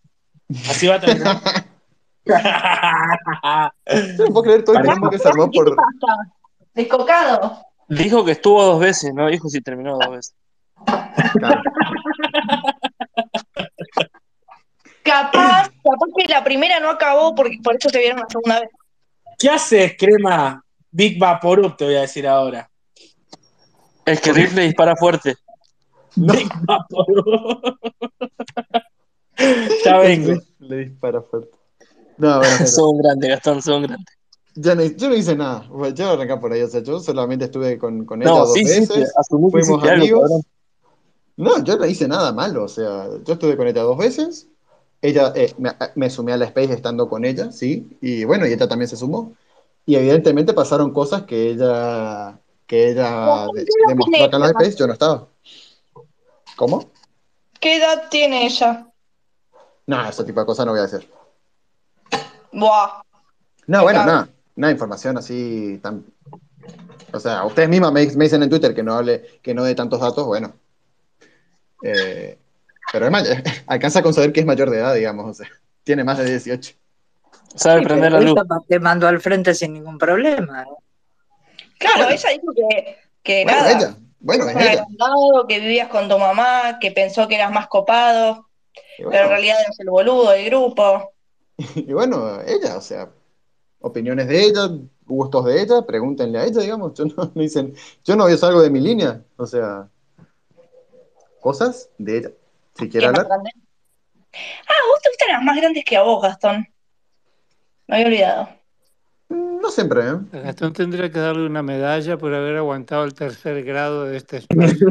Speaker 2: Así va a terminar.
Speaker 3: Yo no puedo creer todo el
Speaker 1: Parece-
Speaker 3: tiempo que se armó
Speaker 7: ¿Qué te
Speaker 3: por.
Speaker 7: pasa? Descocado.
Speaker 1: Dijo que estuvo dos veces, no dijo si terminó dos veces.
Speaker 7: Capaz, capaz que la primera no acabó porque por eso te vieron la segunda vez.
Speaker 2: ¿Qué haces, crema? Big Vaporub, te voy a decir ahora.
Speaker 1: El que Riff le dispara fuerte.
Speaker 2: Big Vaporub. ya vengo.
Speaker 3: Le dispara fuerte. No, bueno, pero-
Speaker 2: Son grandes, Gastón, son grandes.
Speaker 3: Ya no- yo no hice nada. Bueno, Yo arrancar por ahí. O sea, yo solamente estuve con, con ella
Speaker 2: No,
Speaker 3: dos
Speaker 2: sí, sí,
Speaker 3: veces.
Speaker 2: sí, asumí que
Speaker 3: fuimos
Speaker 2: hiciste algo,
Speaker 3: amigos.
Speaker 2: cabrón.
Speaker 3: no, yo no hice nada malo. O sea, yo estuve con ella dos veces. Ella eh, me, me sumé a la Space estando con ella, sí. Y bueno, y ella también se sumó. Y evidentemente pasaron cosas que ella, que ella de- demostró acá en la Space. Yo no estaba. ¿Cómo?
Speaker 7: ¿Qué edad tiene ella?
Speaker 3: Nada, ese tipo de cosas no voy a decir.
Speaker 7: Buah.
Speaker 3: No, bueno, nada. Nada, información así tan. O sea, ustedes mismas me, me dicen en Twitter que no hable, que no dé tantos datos, bueno. Eh, pero es mayor- alcanza con saber que es mayor de edad, digamos, o sea, tiene más de 18.
Speaker 12: Sí, pero ella ma- Te mandó al frente sin ningún problema.
Speaker 7: Claro, ella dijo que, que
Speaker 12: Bueno,
Speaker 7: nada.
Speaker 12: ella.
Speaker 3: Bueno,
Speaker 7: que eras agrandado, que vivías con tu mamá, que pensó que eras más copado, pero en realidad eras el boludo del grupo.
Speaker 3: Y bueno, ella, o sea, opiniones de ella, gustos de ella, pregúntenle a ella, digamos. Yo no, no dicen, yo no salgo de mi línea, o sea, cosas de ella. Si quiere
Speaker 7: ¿Quién más
Speaker 3: hablar.
Speaker 7: grande? Ah, vos te gustan las más grandes que a vos, Gastón. Me había olvidado.
Speaker 3: No siempre, ¿eh?
Speaker 1: Gastón tendría que darle una medalla por haber aguantado el tercer grado de este espacio.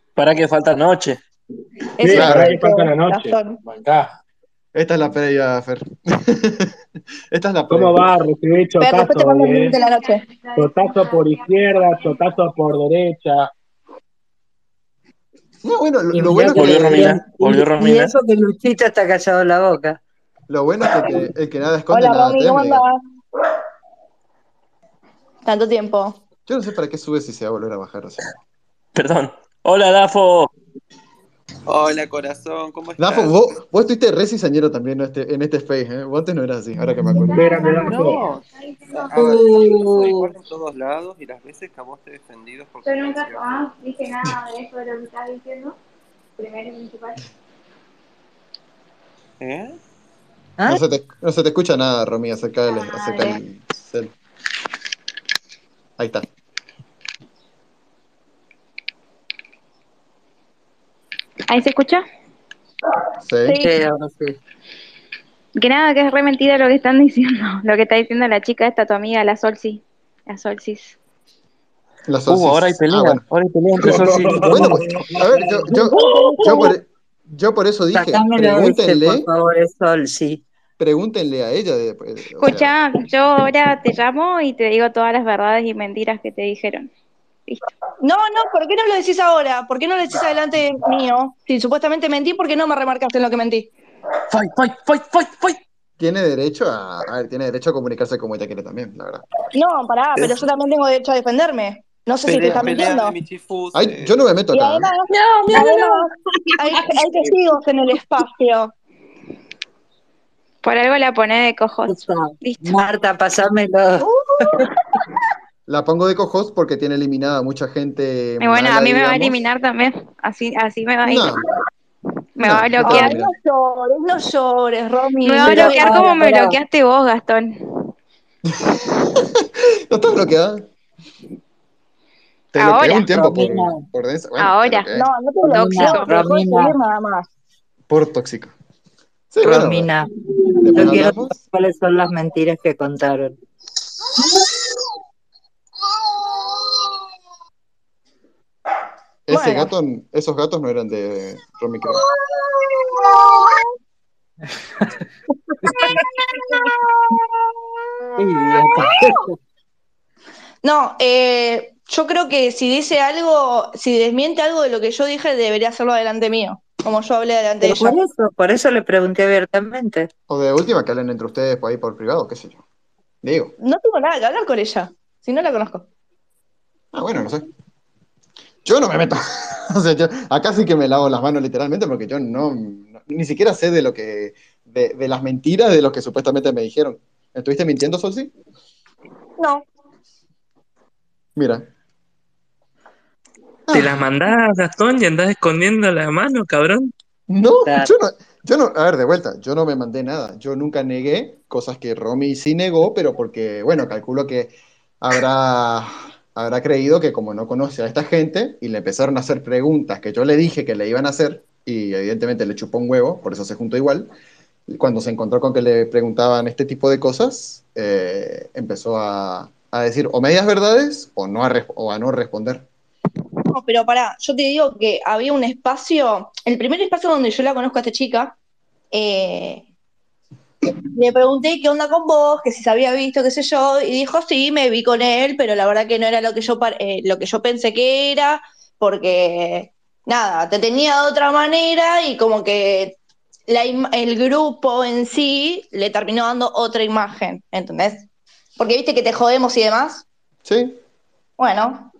Speaker 2: Para que falta noche.
Speaker 1: Sí, Claro. para que falta la
Speaker 15: noche. Gastón.
Speaker 3: Esta es la previa, Fer. Esta es la
Speaker 15: ¿Cómo va? Recibí
Speaker 7: Pero después te
Speaker 15: chotazo,
Speaker 7: mando el
Speaker 15: hoy,
Speaker 7: link de
Speaker 15: eh.
Speaker 7: la noche.
Speaker 15: Chotazo por izquierda, chotazo por derecha.
Speaker 3: No, bueno, lo,
Speaker 12: Y
Speaker 3: lo
Speaker 12: mirá
Speaker 3: bueno es que.
Speaker 12: que- y- Y eso que Luchito está callado la boca.
Speaker 3: Lo bueno es que el que, el que nada esconde
Speaker 7: Hola,
Speaker 3: nada
Speaker 7: Romy, ¿cómo
Speaker 3: teme. digamos.
Speaker 7: andás? Tanto tiempo.
Speaker 3: Yo no sé para qué sube si se va a volver a bajar recién.
Speaker 2: Perdón. Hola, Dafo.
Speaker 11: Hola, corazón, ¿cómo estás?
Speaker 3: Dafo, vos, vos estuviste re cizañero también ¿no? Este- en este space, ¿eh? Vos antes no eras así, ahora que me acuerdo.
Speaker 11: Espérame, Dafo. No. A ver, yo soy igual en todos lados y las veces que a vos te he defendido es porque...
Speaker 16: Yo nunca ah, dije nada de eso de lo que estás diciendo. Primero y principal.
Speaker 11: ¿Eh?
Speaker 3: No,
Speaker 12: ¿Ah?
Speaker 3: se te, no se te escucha nada, Romy, acerca del. Acerca del cel. Ahí está.
Speaker 9: ¿Ahí se escucha?
Speaker 3: Sí.
Speaker 9: Sí, ahora Que nada, que es re mentira lo que están diciendo. Lo que está diciendo la chica esta, tu amiga, la Solsi. La Solsis.
Speaker 2: Uh, ahora hay pelea. Ahora hay pelea entre Sol y-
Speaker 3: Ah, Bueno, pues, a ver, yo, yo, yo, por, yo por eso dije,
Speaker 12: Sacámelo ese,
Speaker 3: pregúntenle,
Speaker 12: por favor, el sol, sí.
Speaker 3: pregúntenle a ella. de- pues, o sea,
Speaker 9: Escucha, yo ahora te llamo y te digo todas las verdades y mentiras que te dijeron.
Speaker 7: No, no, ¿por qué no lo decís ahora? ¿Por qué no lo decís adelante mío? Si supuestamente mentí, ¿por qué no me remarcaste en lo que mentí?
Speaker 2: Fight, fight, fight, fight, fight.
Speaker 3: tiene derecho a, a ver, tiene derecho a comunicarse como ella quiere también, la verdad.
Speaker 7: No, pará, pero yo también tengo derecho a defenderme. No sé si te están mintiendo.
Speaker 3: Ay, yo no me meto
Speaker 7: Y
Speaker 3: acá. ¿eh?
Speaker 7: además, además, hay, hay testigos en el espacio.
Speaker 9: Por algo la pone de cojos.
Speaker 12: Marta, pasámelo.
Speaker 3: La pongo de cojos porque tiene eliminada a mucha gente.
Speaker 9: Y Eh, bueno,
Speaker 3: mala,
Speaker 9: a mí me va a
Speaker 3: digamos.
Speaker 9: eliminar también. Así, así me va a ir.
Speaker 3: No.
Speaker 9: Me va a
Speaker 3: No,
Speaker 9: bloquear.
Speaker 7: Ay, no llores, no llores, Romy.
Speaker 9: Me va a bloquear como me
Speaker 7: Pará.
Speaker 9: bloqueaste vos, Gastón.
Speaker 3: No estás bloqueada. Te
Speaker 9: Ahora.
Speaker 3: bloqueé un tiempo por,
Speaker 9: Romina.
Speaker 3: por densa- bueno,
Speaker 9: Ahora.
Speaker 3: te bloqueé.
Speaker 7: No, no te bloqueo,
Speaker 12: Romina,
Speaker 7: te dejó de
Speaker 12: Romina.
Speaker 7: seguir nada más.
Speaker 3: Por tóxico.
Speaker 11: bueno,
Speaker 12: Romina,
Speaker 3: después
Speaker 12: yo quiero
Speaker 3: hablamos.
Speaker 12: saber cuáles son las mentiras que contaron.
Speaker 3: Ese
Speaker 12: Bueno.
Speaker 3: gato, esos gatos no eran de Romy creo.
Speaker 7: No, eh, yo creo que si dice algo, si desmiente algo de lo que yo dije, debería hacerlo delante mío, como yo hablé delante de
Speaker 12: Pero
Speaker 7: ella.
Speaker 12: por eso, por eso le pregunté abiertamente.
Speaker 3: O de última que hablen entre ustedes por ahí por privado, qué sé yo. Digo.
Speaker 7: No tengo nada que hablar con ella, si no la conozco.
Speaker 3: Ah, bueno, no sé. Yo no me meto. o sea, yo acá sí que me lavo las manos literalmente porque yo no, no- ni siquiera sé de lo que de, de las mentiras de lo que supuestamente me dijeron. ¿Estuviste mintiendo, Solsi?
Speaker 7: No.
Speaker 3: Mira.
Speaker 2: Te las mandás, Gastón, y andás escondiendo la mano, cabrón.
Speaker 3: No, yo no, yo no, a ver, de vuelta, yo no me mandé nada, yo nunca negué cosas que Romy sí negó, pero porque, bueno, calculo que habrá, habrá creído que como no conoce a esta gente y le empezaron a hacer preguntas que yo le dije que le iban a hacer y evidentemente le chupó un huevo, por eso se juntó igual. Y Cuando se encontró con que le preguntaban este tipo de cosas, eh, empezó a, a decir o medias verdades o, no a res- o a no responder.
Speaker 7: No, pero pará, yo te digo que había un espacio, el primer espacio donde yo la conozco a esta chica, eh, le pregunté qué onda con vos, que si se había visto, qué sé yo, y dijo, sí, me vi con él, pero la verdad que no era lo que yo, par- eh, lo que yo pensé que era, porque, nada, te tenía de otra manera y como que la im- el grupo en sí le terminó dando otra imagen, ¿entendés? Porque viste que te jodemos y demás.
Speaker 3: Sí.
Speaker 7: Bueno,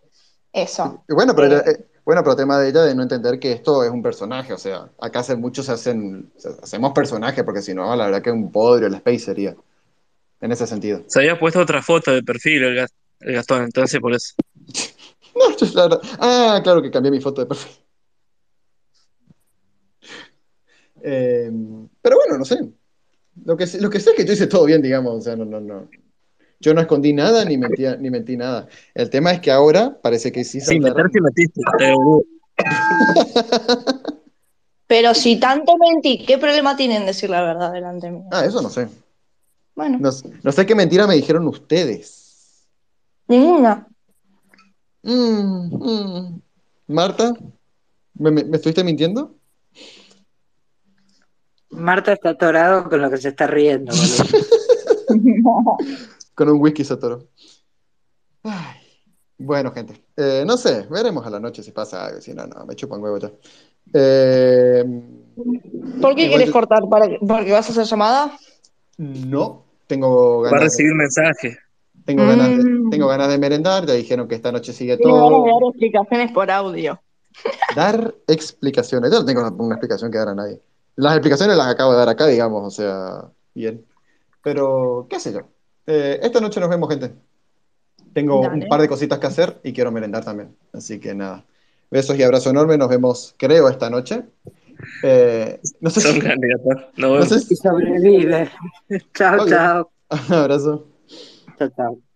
Speaker 7: eso.
Speaker 3: Y bueno, pero, eh, bueno, pero tema de ella de no entender que esto es un personaje, o sea, acá hace muchos se hacen, se- hacemos personajes, porque si no, la verdad que un podrio el Space sería, en ese sentido.
Speaker 8: Se había puesto otra foto de perfil el, Gas- el Gastón, entonces por eso.
Speaker 3: No, yo la verdad- ah, claro que cambié mi foto de perfil. Eh, pero bueno, no sé. Lo que, sé- lo que sé es que yo hice todo bien, digamos. O sea, no, no, no. Yo no escondí nada ni mentí, ni mentí nada. El tema es que ahora parece que sí
Speaker 8: Sí,
Speaker 3: saltaron.
Speaker 8: meterte y metiste. te boludo.
Speaker 7: Pero si tanto mentí, ¿qué problema tienen decir la verdad delante mío?
Speaker 3: Ah, eso no sé.
Speaker 7: Bueno.
Speaker 3: No, s- no sé qué mentira me dijeron ustedes.
Speaker 7: Ninguna.
Speaker 3: Marta, ¿me, me- me estuviste mintiendo?
Speaker 12: Marta está atorado con lo que se está riendo, boludo.
Speaker 3: Con un whisky se atoró. Ay, Bueno, gente. Eh, no sé, veremos a la noche si pasa algo. Si no, no, me chupan huevo ya. Eh,
Speaker 7: ¿Por qué
Speaker 3: Igual
Speaker 7: querés
Speaker 3: yo-
Speaker 7: cortar? ¿Para que- ¿Porque vas a hacer llamada?
Speaker 3: no, tengo
Speaker 8: Va a
Speaker 3: ganas. de-
Speaker 8: recibir mensaje.
Speaker 3: Tengo, ganas de,
Speaker 7: Mm.
Speaker 3: tengo ganas de merendar, ya dijeron que esta noche sigue
Speaker 7: Tiene ganas de
Speaker 3: todo.
Speaker 7: dar explicaciones por audio.
Speaker 3: Dar explicaciones. Yo no tengo una, una explicación que dar a nadie. Las explicaciones las acabo de dar acá, digamos, o sea, bien. Pero, qué sé yo. Eh, esta noche nos vemos, gente. Tengo un
Speaker 7: Dale.
Speaker 3: par de cositas que hacer y quiero merendar también. Así que nada. Besos y abrazo enorme. Nos vemos, creo, esta noche. Eh, no sé si...
Speaker 8: Son grandes, Gastón. Nos
Speaker 3: No
Speaker 8: vemos.
Speaker 3: sé si
Speaker 12: Sobrevive. Chao,
Speaker 3: Ok.
Speaker 12: chao.
Speaker 3: Un abrazo.
Speaker 12: Chao, chao.